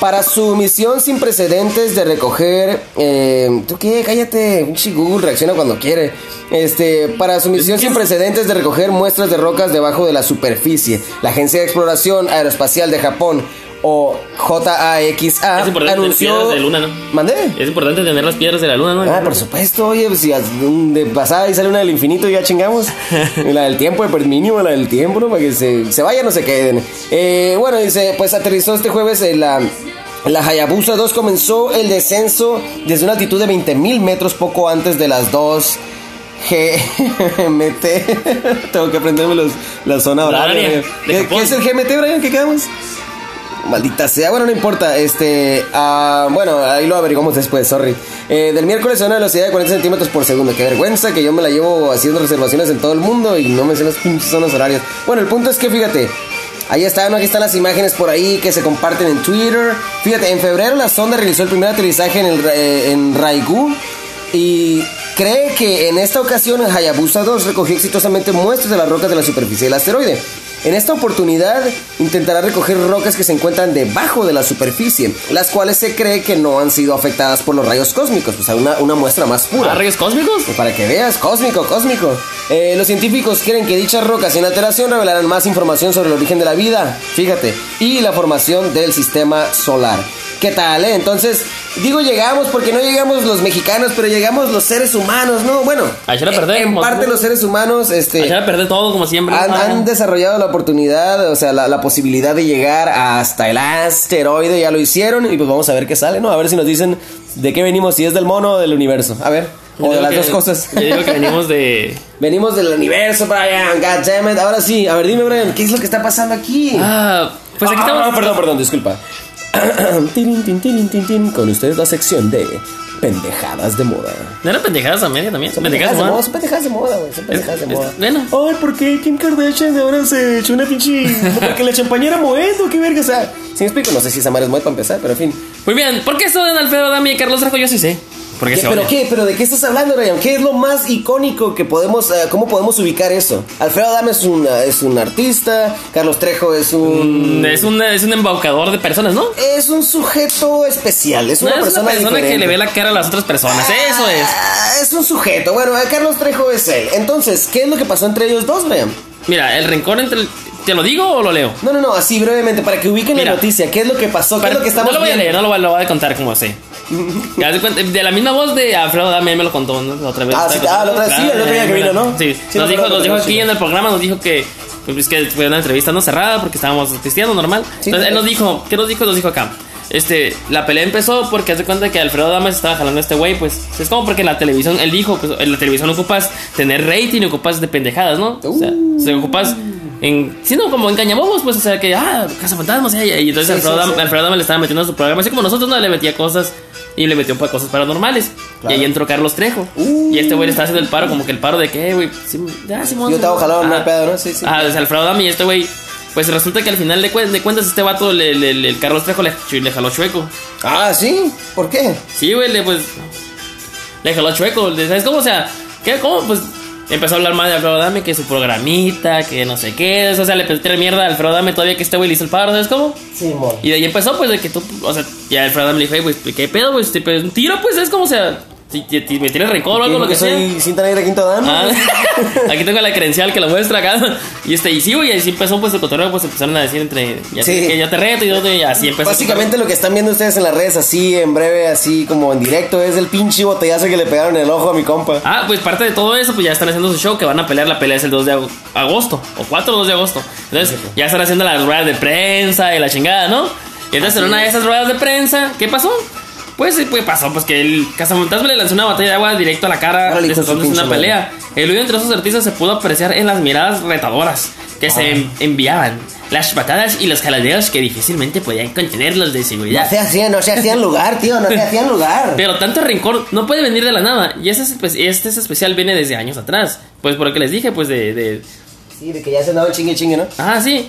Speaker 3: Para su misión sin precedentes de recoger. eh, ¿Tú qué? Cállate. pinche Google reacciona cuando quiere. Este. Para su misión sin precedentes de recoger muestras de rocas debajo de la superficie. La Agencia de Exploración Aeroespacial de Japón, o JAXA,
Speaker 2: Es importante,
Speaker 3: anunció.
Speaker 2: piedras de luna, ¿no?
Speaker 3: ¿Mandé?
Speaker 2: Es importante tener las piedras de la luna, ¿no?
Speaker 3: Ah, por supuesto, oye, pues si as- de pasada y sale una del infinito,
Speaker 2: (laughs)
Speaker 3: ya chingamos. la del tiempo, el mínimo, la del tiempo, ¿no? Para que se, se vayan o se queden. Eh, bueno, dice, pues aterrizó este jueves en la. La Hayabusa 2 comenzó el descenso desde una altitud de 20.000 metros poco antes de las 2 GMT. (laughs) Tengo que aprenderme los, la zona
Speaker 2: La
Speaker 3: horaria.
Speaker 2: horaria
Speaker 3: güey.
Speaker 2: de
Speaker 3: ¿Qué,
Speaker 2: Japón.
Speaker 3: qué es el GMT, Brian? ¿Qué quedamos? Maldita sea, bueno, no importa. Este, ah, bueno, ahí lo averiguamos después, sorry. Eh, del miércoles a una velocidad de 40 centímetros por segundo. Qué vergüenza que yo me la llevo haciendo reservaciones en todo el mundo y no me sé las pinches zonas horarias. Bueno, el punto es que fíjate, ahí están, aquí están las imágenes por ahí que se comparten en Twitter. Fíjate, en febrero la sonda realizó el primer aterrizaje en, el, Ra- eh, en Raigu y cree que en esta ocasión el Hayabusa 2 recogió exitosamente muestras de las rocas de la superficie del asteroide. En esta oportunidad intentará recoger rocas que se encuentran debajo de la superficie, las cuales se cree que no han sido afectadas por los rayos cósmicos, o sea, una, una muestra más
Speaker 2: ¿Ah,
Speaker 3: pura.
Speaker 2: rayos cósmicos?
Speaker 3: Para que veas, cósmico, cósmico. Eh, los científicos creen que dichas rocas sin alteración revelarán más información sobre el origen de la vida, fíjate, y la formación del sistema solar. ¿Qué tal, eh? Entonces, digo llegamos porque no llegamos los mexicanos, pero llegamos los seres humanos, ¿no? Bueno,
Speaker 2: A echar a perder,
Speaker 3: en
Speaker 2: como
Speaker 3: parte
Speaker 2: tú.
Speaker 3: los seres humanos, este...
Speaker 2: Allá perder todo como siempre. Ah,
Speaker 3: Han,
Speaker 2: ¿no?
Speaker 3: han desarrollado la oportunidad, o sea, la, la posibilidad de llegar hasta el asteroide, ya lo hicieron, y pues vamos a ver qué sale, ¿no? A ver si nos dicen de qué venimos, si es del mono o del universo. A ver,
Speaker 2: Yo
Speaker 3: o de
Speaker 2: digo
Speaker 3: las
Speaker 2: que-
Speaker 3: dos cosas.
Speaker 2: Yo digo que venimos de.
Speaker 3: Venimos del universo, Brian, goddammit. Ahora sí, a ver, dime, Brian, ¿qué es lo que está pasando aquí?
Speaker 2: Ah, pues aquí
Speaker 3: (laughs) Ah,
Speaker 2: estamos.
Speaker 3: ah, perdón, perdón, disculpa. (clears throat) Tirin, tin, tirin, tin, tin. Con ustedes la sección de pendejadas de moda.
Speaker 2: No eran pendejadas a media también.
Speaker 3: Son
Speaker 2: Pendejadas a moda.
Speaker 3: son pendejadas de moda, güey. Son pendejadas de
Speaker 2: es-
Speaker 3: moda.
Speaker 2: bueno.
Speaker 3: Ay, ¿por qué Kim Kardashian ahora se echó una pinche. Porque la champañera Moet o qué verga, o sea. Si me explico, no sé si esa madre es Moet para empezar, pero en fin.
Speaker 2: Muy bien, ¿por qué estudian Alfredo Dami y Carlos Trejo? Yo sí sé. Porque
Speaker 3: ¿Qué-
Speaker 2: se
Speaker 3: ¿Pero
Speaker 2: odian.
Speaker 3: qué? ¿Pero de qué estás hablando, Ryan? ¿Qué es lo más icónico que podemos, eh, cómo podemos ubicar eso? Alfredo Adame es un, eh, es un artista, Carlos Trejo es un...
Speaker 2: Mm, Es un, es un embaucador de personas, ¿no?
Speaker 3: Es un sujeto especial, es
Speaker 2: No,
Speaker 3: una
Speaker 2: es
Speaker 3: persona,
Speaker 2: una persona que
Speaker 3: diferente.
Speaker 2: le ve la cara a las otras personas. Eso es.
Speaker 3: Ah, Es un sujeto, bueno, eh, Carlos Trejo es él. Entonces, ¿qué es lo que pasó entre ellos dos, Ryan?
Speaker 2: Mira, el rencor entre. el- ¿Te lo digo o lo leo?
Speaker 3: No, no, no, así brevemente, para que ubiquen
Speaker 2: Mira.
Speaker 3: la noticia, ¿qué es lo que pasó? ¿Qué es lo que estamos
Speaker 2: no lo voy a
Speaker 3: viendo?
Speaker 2: leer, no lo voy, lo voy a contar como
Speaker 3: (laughs)
Speaker 2: sé. Ya te cuenta, de la misma voz de Alfredo Damián me lo contó ¿no? la otra vez.
Speaker 3: Ah, sí, ah, la otra- sí, el otro día que vino, ¿no?
Speaker 2: Sí,
Speaker 3: Sí,
Speaker 2: nos dijo,
Speaker 3: me acuerdo,
Speaker 2: nos dijo
Speaker 3: me
Speaker 2: aquí
Speaker 3: acuerdo.
Speaker 2: en el programa, nos dijo que pues, es que fue una entrevista no cerrada porque estábamos pisteando normal.
Speaker 3: Sí,
Speaker 2: Entonces él
Speaker 3: sí.
Speaker 2: nos dijo, ¿qué nos dijo? Nos dijo acá. Este, la pelea empezó porque hace cuenta que Alfredo Dama se estaba jalando a este güey, pues es como porque la televisión, él dijo, pues en la televisión ocupas tener rating, ocupas de pendejadas, ¿no? O sea,
Speaker 3: Uh.
Speaker 2: se ocupas en, sino como en cañabobos, pues o sea que, ah, casa fantasmas, y, y entonces
Speaker 3: Sí,
Speaker 2: Alfredo,
Speaker 3: sí,
Speaker 2: Adame-
Speaker 3: sí.
Speaker 2: Alfredo Adame le estaba metiendo a su programa, así como nosotros no le metía cosas y le metió pa- cosas paranormales.
Speaker 3: Claro.
Speaker 2: Y ahí entró Carlos Trejo.
Speaker 3: Uh.
Speaker 2: Y este güey le está haciendo el paro, como que el paro de que, "Eh, güey, sí, ya, sí,
Speaker 3: Yo te hago jalar una
Speaker 2: Ah.
Speaker 3: pedo, ¿no? Sí, sí.
Speaker 2: Ah, o sea, Alfredo Adame y este güey Pues resulta que al final de, cuen- de cuentas este vato, le, le- le- el Carlos Trejo, le, chu- le jaló chueco.
Speaker 3: Ah, ¿sí? ¿Por qué?
Speaker 2: Sí, güey, le pues. Le jaló chueco. le- ¿Sabes cómo? O sea, ¿qué? ¿Cómo? Pues empezó a hablar mal de Alfredo Dame, que su programita, que no sé qué. O sea, le petré mierda a Alfredo Dame todavía que este güey le hizo el paro, ¿sabes cómo?
Speaker 3: Simón.
Speaker 2: Y de ahí empezó, pues, de que tú, o sea, ya Alfredo Dame le dijo, "Ey, pues, ¿qué pedo, güey? Este, pues, un tiro, pues, es como, o sea, si, te- te- me tienes rencor o algo, lo que sea.
Speaker 3: soy cinta negra quinto dan.
Speaker 2: Ah, (laughs) aquí tengo la credencial que la muestra acá. Y este, y sí, güey, así empezó pues el cotorreo, pues empezaron a decir entre ya
Speaker 3: Sí.
Speaker 2: te, que yo te reto y yo te- y así empezó.
Speaker 3: Básicamente lo que están viendo ustedes en las redes así, en breve, así como en directo, es el pinche botellazo que le pegaron en el ojo a mi compa.
Speaker 2: Ah, pues parte de todo eso, pues ya están haciendo su show, que van a pelear, la pelea es el 2 de ag- agosto, o 4 o 2 de agosto. Entonces, ya están haciendo las ruedas de prensa y la chingada, ¿no? Y entonces en una de esas ruedas de prensa, ¿qué pasó? Pues, sí, pues pasó, pues que el Cazafantasma le lanzó una botella de agua directo a la cara,
Speaker 3: Órale, hijo de su
Speaker 2: desatándose una
Speaker 3: pinche
Speaker 2: pelea. El odio entre esos artistas se pudo apreciar en las miradas retadoras que se en- enviaban, las patadas y los jaladeos que difícilmente podían contener los de seguridad.
Speaker 3: No se hacían, no se hacían lugar, tío, no se hacían lugar.
Speaker 2: (laughs) Pero tanto rencor no puede venir de la nada. Y ese, espe- este es especial viene desde años atrás. Pues por lo que les dije, pues de. de-
Speaker 3: Sí, de que ya se andaba el chingue chingue, ¿no?
Speaker 2: Ah, sí.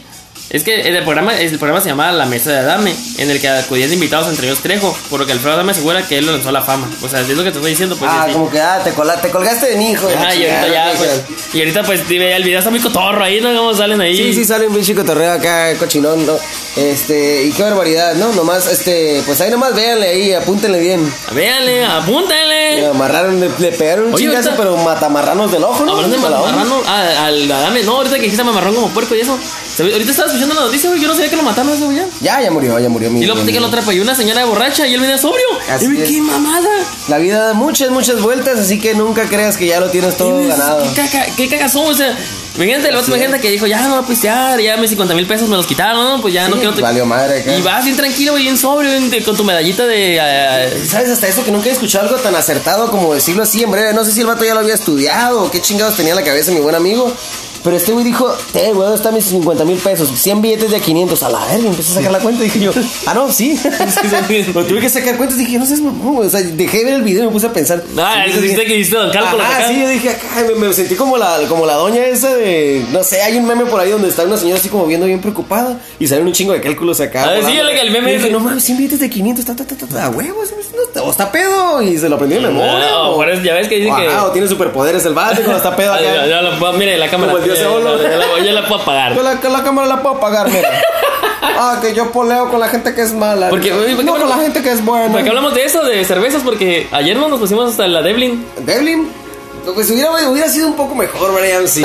Speaker 2: Es que el programa, el programa se llamaba La Mesa de Adame, en el que acudían invitados entre ellos Trejo, por lo que Alfredo Adame asegura que él lo lanzó a la fama. O sea, es lo que te estoy diciendo, pues.
Speaker 3: ah,
Speaker 2: sí.
Speaker 3: como que, ah, te, cola- te colgaste de mi hijo.
Speaker 2: Ajá, y ahorita ya,
Speaker 3: Chingada,
Speaker 2: pues. Y ahorita, pues, dime, el video está muy cotorro ahí, ¿no? ¿Cómo salen ahí?
Speaker 3: Sí, sí, sale un pinche cotorreo acá, cochinón, ¿no? Este, y qué barbaridad, ¿no? Nomás, este, pues ahí nomás véanle ahí, apúntenle bien.
Speaker 2: Véanle, apúntale.
Speaker 3: Le amarraron, le, le pegaron un
Speaker 2: Eh. Oye,
Speaker 3: chingazo,
Speaker 2: ahorita-
Speaker 3: pero matamarranos del ojo, ¿no?
Speaker 2: Hablando de
Speaker 3: Mala onda.
Speaker 2: marrano, ah, al Adame, no, ahorita que dijiste marrón como puerco y eso. Se ve- Ahorita estaba escuchando la noticia, güey, yo no sabía que lo mataron eso, güey. ya.
Speaker 3: Ya, ya murió, ya murió mi.
Speaker 2: Y lo
Speaker 3: mi-
Speaker 2: que lo atrapa pues, y una señora borracha y él venía sobrio.
Speaker 3: Así
Speaker 2: y ve,
Speaker 3: es.
Speaker 2: qué mamada.
Speaker 3: La vida da muchas, muchas vueltas, así que nunca creas que ya lo tienes todo
Speaker 2: Y ves,
Speaker 3: ganado.
Speaker 2: pues, Qué, caca, qué cagazón, o sea. Imagínate, el otro imagínate que dijo, ya no voy a pistear, ya mis 50 mil pesos me los quitaron, ¿no? Pues ya no
Speaker 3: Sí,
Speaker 2: quiero. te-
Speaker 3: Valió madre acá.
Speaker 2: Y vas bien tranquilo, güey, bien sobrio, bien de- con tu medallita de. eh,
Speaker 3: ¿Sabes hasta eso que nunca he escuchado algo tan acertado como decirlo así en breve? No sé si el vato ya lo había estudiado o qué chingados tenía en la cabeza mi buen amigo. Pero este güey dijo, te, güey, ¿dónde están mis 50 mil pesos? 100 billetes de 500. A la verga, empecé a sacar la cuenta. Dije yo, ah, no,
Speaker 2: (laughs)
Speaker 3: sí. Lo tuve que sacar cuentas. Dije, no sé, o sea, dejé de ver el video y me puse a pensar.
Speaker 2: Ah,
Speaker 3: Sí,
Speaker 2: dijiste
Speaker 3: dije,
Speaker 2: que hiciste don cálculo
Speaker 3: Ajá,
Speaker 2: acá.
Speaker 3: sí, yo dije, acá, me, me sentí como la, como la doña esa de, no sé, hay un meme por ahí donde está una señora así como viendo bien preocupada y salen un chingo de cálculos acá.
Speaker 2: Ah, sí, yo
Speaker 3: volando.
Speaker 2: le- el meme
Speaker 3: Y dije,
Speaker 2: de-
Speaker 3: no mames, 100 billetes de 500, ta, ta, ta, ta, ta, a huevos, no está- o está pedo y se lo aprendió de memoria.
Speaker 2: Ah,
Speaker 3: o,
Speaker 2: o parece- ya ves que dice
Speaker 3: Ajá,
Speaker 2: que.
Speaker 3: o tiene superpoderes el vato y cuando
Speaker 2: (laughs)
Speaker 3: está pedo
Speaker 2: Ah, ya-
Speaker 3: acá.
Speaker 2: ya la puedo- mire, la cámara.
Speaker 3: Como el dios
Speaker 2: ya-
Speaker 3: Eolo.
Speaker 2: ya la- ya la puedo
Speaker 3: Yo
Speaker 2: apagar.
Speaker 3: la, la cámara la puedo apagar, mira. Ah, que yo poleo con la gente que es mala.
Speaker 2: Porque,
Speaker 3: no
Speaker 2: oye, ¿por qué
Speaker 3: con
Speaker 2: no-
Speaker 3: la gente que es buena.
Speaker 2: ¿Por qué hablamos de eso, de cervezas? Porque ayer no nos pusimos hasta la Devlin.
Speaker 3: Devlin, pues hubiera, hubiera sido un poco mejor, Brian, si.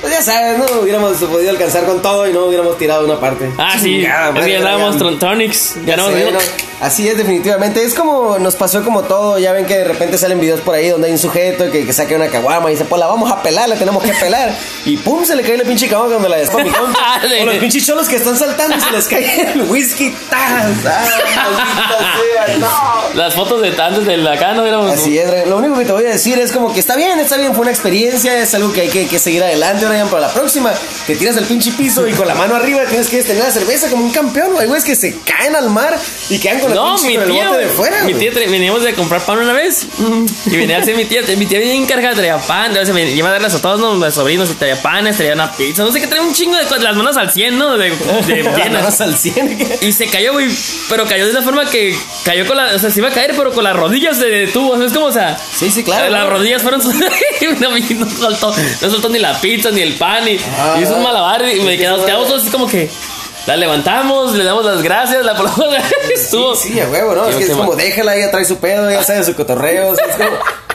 Speaker 3: Pues ya sabes, no hubiéramos podido alcanzar con todo y no hubiéramos tirado una parte.
Speaker 2: Ah, sí.
Speaker 3: Chingada
Speaker 2: es
Speaker 3: madre,
Speaker 2: que ganábamos
Speaker 3: Brian.
Speaker 2: Trontonics.
Speaker 3: Ya
Speaker 2: Ganábamos.
Speaker 3: sé, ¿no? Así es, definitivamente. Es como nos pasó como todo. Ya ven que de repente salen videos por ahí donde hay un sujeto que, que saca una caguama y dice, pues la vamos a pelar, la tenemos que pelar. Y pum, se le cae la pinche caguama cuando la despone. (laughs) o los pinches cholos que están saltando y se les cae el (laughs) whisky. ¡Tas! ¡Ah, maldita sea! (laughs) ¡No!
Speaker 2: Las fotos de antes de la acá no éramos.
Speaker 3: Así es, Brian. lo único que te voy a decir es como que está bien, está bien, fue una experiencia, es algo que hay que, que seguir adelante, Brian, para la próxima. Te tiras al pinche piso y con la mano arriba tienes que tener la cerveza como un campeón, güey, güey, es que se caen al mar y quedan con, la
Speaker 2: No,
Speaker 3: pinche-
Speaker 2: mi
Speaker 3: con el
Speaker 2: tía,
Speaker 3: bote de
Speaker 2: güey.
Speaker 3: fuera.
Speaker 2: mi
Speaker 3: güey. (laughs)
Speaker 2: tía, tra- veníamos de comprar pan una vez y venía a hacer mi tía, mi tía bien cargada, traía pan, o sea, me iba a darles a todos ¿no? mis sobrinos, y traía panes, traía una pizza, no sé qué, traía un chingo de cosas, las manos al 100, ¿no? De,
Speaker 3: (laughs)
Speaker 2: de
Speaker 3: Las
Speaker 2: llenas.
Speaker 3: manos al cien.
Speaker 2: Y se cayó, güey, pero cayó de una forma que cayó con la, o sea, se iba a caer, pero con las rodillas se detuvo, ¿sabes cómo? O sea,
Speaker 3: Sí, sí, claro.
Speaker 2: las
Speaker 3: ¿no?
Speaker 2: rodillas fueron sus- (laughs) no, y no soltó, no soltó ni la pizza, ni el pan, y,
Speaker 3: Ah,
Speaker 2: y hizo un
Speaker 3: ah.
Speaker 2: malabar, y me quedamos, quedamos todos así como que... La levantamos, le damos las gracias, la ponemos... (laughs) Estuvo...
Speaker 3: Sí, a huevo, ¿no? Es
Speaker 2: Yo
Speaker 3: que es
Speaker 2: te
Speaker 3: como déjala, ella trae su pedo, ella sabe su cotorreo. o sea, es como,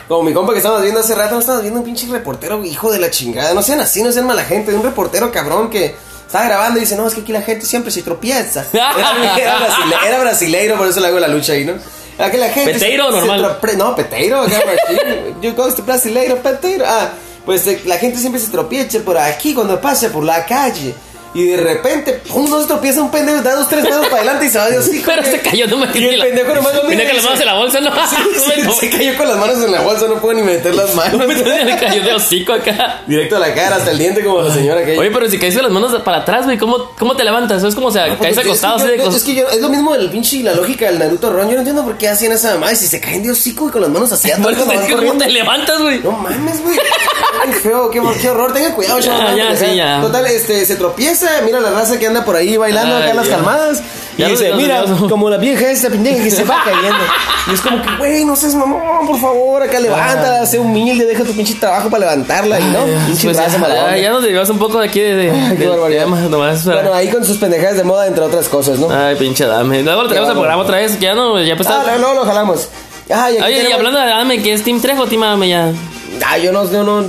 Speaker 3: como mi compa que estábamos viendo hace rato, no estábamos viendo un pinche reportero, hijo de la chingada. No sean así, no sean mala gente. Un reportero cabrón que está grabando y dice, no, es que aquí la gente siempre
Speaker 2: (laughs)
Speaker 3: se tropieza. Era, era brasile- era brasileiro, por eso le hago la lucha ahí, ¿no? Era que la gente.
Speaker 2: Peteiro,
Speaker 3: se- se
Speaker 2: normal.
Speaker 3: tropre- no, peteiro, acá, machín. Yo con este brasileiro, peteiro. Ah, pues eh, la gente siempre se tropieza por aquí cuando pasa por la calle. Y de repente, pum, no se tropieza un pendejo, da dos, tres dedos para adelante y se va Dios hijo.
Speaker 2: (laughs) Pero
Speaker 3: de-
Speaker 2: se cayó, no me
Speaker 3: y el pendejo nomás lo mira
Speaker 2: Mira
Speaker 3: y
Speaker 2: que las
Speaker 3: dice-
Speaker 2: manos en la bolsa, no.
Speaker 3: (laughs)
Speaker 2: (laughs)
Speaker 3: Sí,
Speaker 2: No,
Speaker 3: se cayó con las manos en la bolsa, no puedo ni meter las manos.
Speaker 2: le cayó de hocico acá.
Speaker 3: (laughs) Directo a la cara, hasta el diente como la señora que
Speaker 2: Oye, pero si caíste las manos para atrás, güey, ¿cómo, ¿cómo te levantas? Es como, o sea, caes acostado
Speaker 3: es
Speaker 2: así de
Speaker 3: que, yo- yo- es
Speaker 2: costado.
Speaker 3: que yo- es lo mismo el pinche y la lógica del Naruto Ron. Yo no entiendo por qué hacían esa mamá. Y si se caen de hocico y con las
Speaker 2: (laughs)
Speaker 3: manos así atrás
Speaker 2: Por eso
Speaker 3: cuando
Speaker 2: es
Speaker 3: van
Speaker 2: que ¿cómo
Speaker 3: corriendo.
Speaker 2: te levantas, güey?
Speaker 3: No mames, güey. Qué feo, qué, qué horror. Tengan cuidado,
Speaker 2: Ya,
Speaker 3: chavos.
Speaker 2: ya, sí, ya.
Speaker 3: Total, este, se tropieza raza, mira la raza que anda por ahí bailando
Speaker 2: Ay,
Speaker 3: acá en las
Speaker 2: Dios.
Speaker 3: calmadas. Y
Speaker 2: Ya lo
Speaker 3: dice,
Speaker 2: vi,
Speaker 3: mira,
Speaker 2: lo vi, lo vi".
Speaker 3: como la vieja esta pendeja que
Speaker 2: (laughs)
Speaker 3: se va cayendo. Y es como que, güey, no seas mamón, por favor,
Speaker 2: Ah.
Speaker 3: acá levántala, sé humilde, deja tu pinche trabajo para levantarla. Y no, pinche
Speaker 2: Pues
Speaker 3: raza mala
Speaker 2: ya,
Speaker 3: onda.
Speaker 2: ya nos derivamos un poco de aquí de, de,
Speaker 3: Ay, qué
Speaker 2: del
Speaker 3: barbaridad.
Speaker 2: tema, nomás para-
Speaker 3: Bueno, ahí con sus pendejadas de moda, entre otras cosas, ¿no?
Speaker 2: Ay, pinche dame. Luego lo traemos al
Speaker 3: bárbaro.
Speaker 2: programa otra vez, que ya no, ya pues
Speaker 3: Ah,
Speaker 2: está-
Speaker 3: no, no, lo jalamos. Ay, aquí
Speaker 2: Oye, y
Speaker 3: tenemos-
Speaker 2: hablando de dame, ¿qué es Team Trejo o Team Adame ya?
Speaker 3: Ah, yo no, yo no,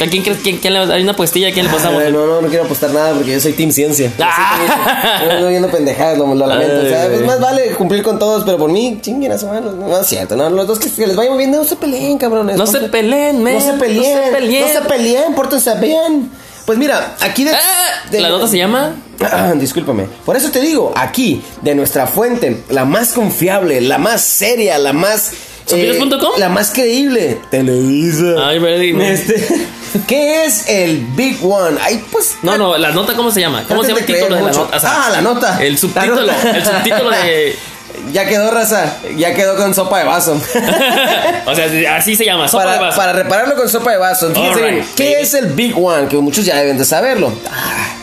Speaker 2: ¿A quién crees? Quién, quién le- hay una puestilla, ¿a quién
Speaker 3: Ah,
Speaker 2: le pasamos?
Speaker 3: Ay, no, no, no quiero apostar nada porque yo soy Team Ciencia. Yo
Speaker 2: Ah.
Speaker 3: soy team- yo ando viendo pendejadas, lo, lo lamento. o sea,
Speaker 2: Ay,
Speaker 3: pues
Speaker 2: güey.
Speaker 3: más vale cumplir con todos, pero por mí, chinguen a su mano. No, no es cierto, no, los dos que, que les vaya muy bien, no se peleen, cabrones.
Speaker 2: No se peleen, men,
Speaker 3: No se
Speaker 2: no
Speaker 3: peleen,
Speaker 2: se peleen.
Speaker 3: no se peleen, pórtense bien. Pues mira, aquí de,
Speaker 2: Ah,
Speaker 3: de-
Speaker 2: ¿La nota se llama?
Speaker 3: Ah, (clears throat) Discúlpame. Por eso te digo, aquí, de nuestra fuente, la más confiable, la más seria, la más. eh,
Speaker 2: ¿Sopiros.com?
Speaker 3: la más creíble. Televisa.
Speaker 2: Ay, pero dime.
Speaker 3: Este, (laughs) ¿Qué es el Big One? Ay, pues.
Speaker 2: No, no, la nota, ¿cómo se llama? ¿Cómo se llama el
Speaker 3: traten de
Speaker 2: título de
Speaker 3: creer
Speaker 2: la
Speaker 3: mucho.
Speaker 2: nota? O sea,
Speaker 3: ah, la nota.
Speaker 2: El
Speaker 3: La
Speaker 2: subtítulo,
Speaker 3: nota.
Speaker 2: el subtítulo de...
Speaker 3: (laughs) Ya quedó, raza. Ya quedó con sopa
Speaker 2: (laughs)
Speaker 3: de vaso.
Speaker 2: o sea, así se llama, sopa
Speaker 3: para,
Speaker 2: de vaso.
Speaker 3: para repararlo con sopa de vaso. Fíjense,
Speaker 2: Alright,
Speaker 3: ¿qué
Speaker 2: baby.
Speaker 3: es el Big One? Que muchos ya deben de saberlo.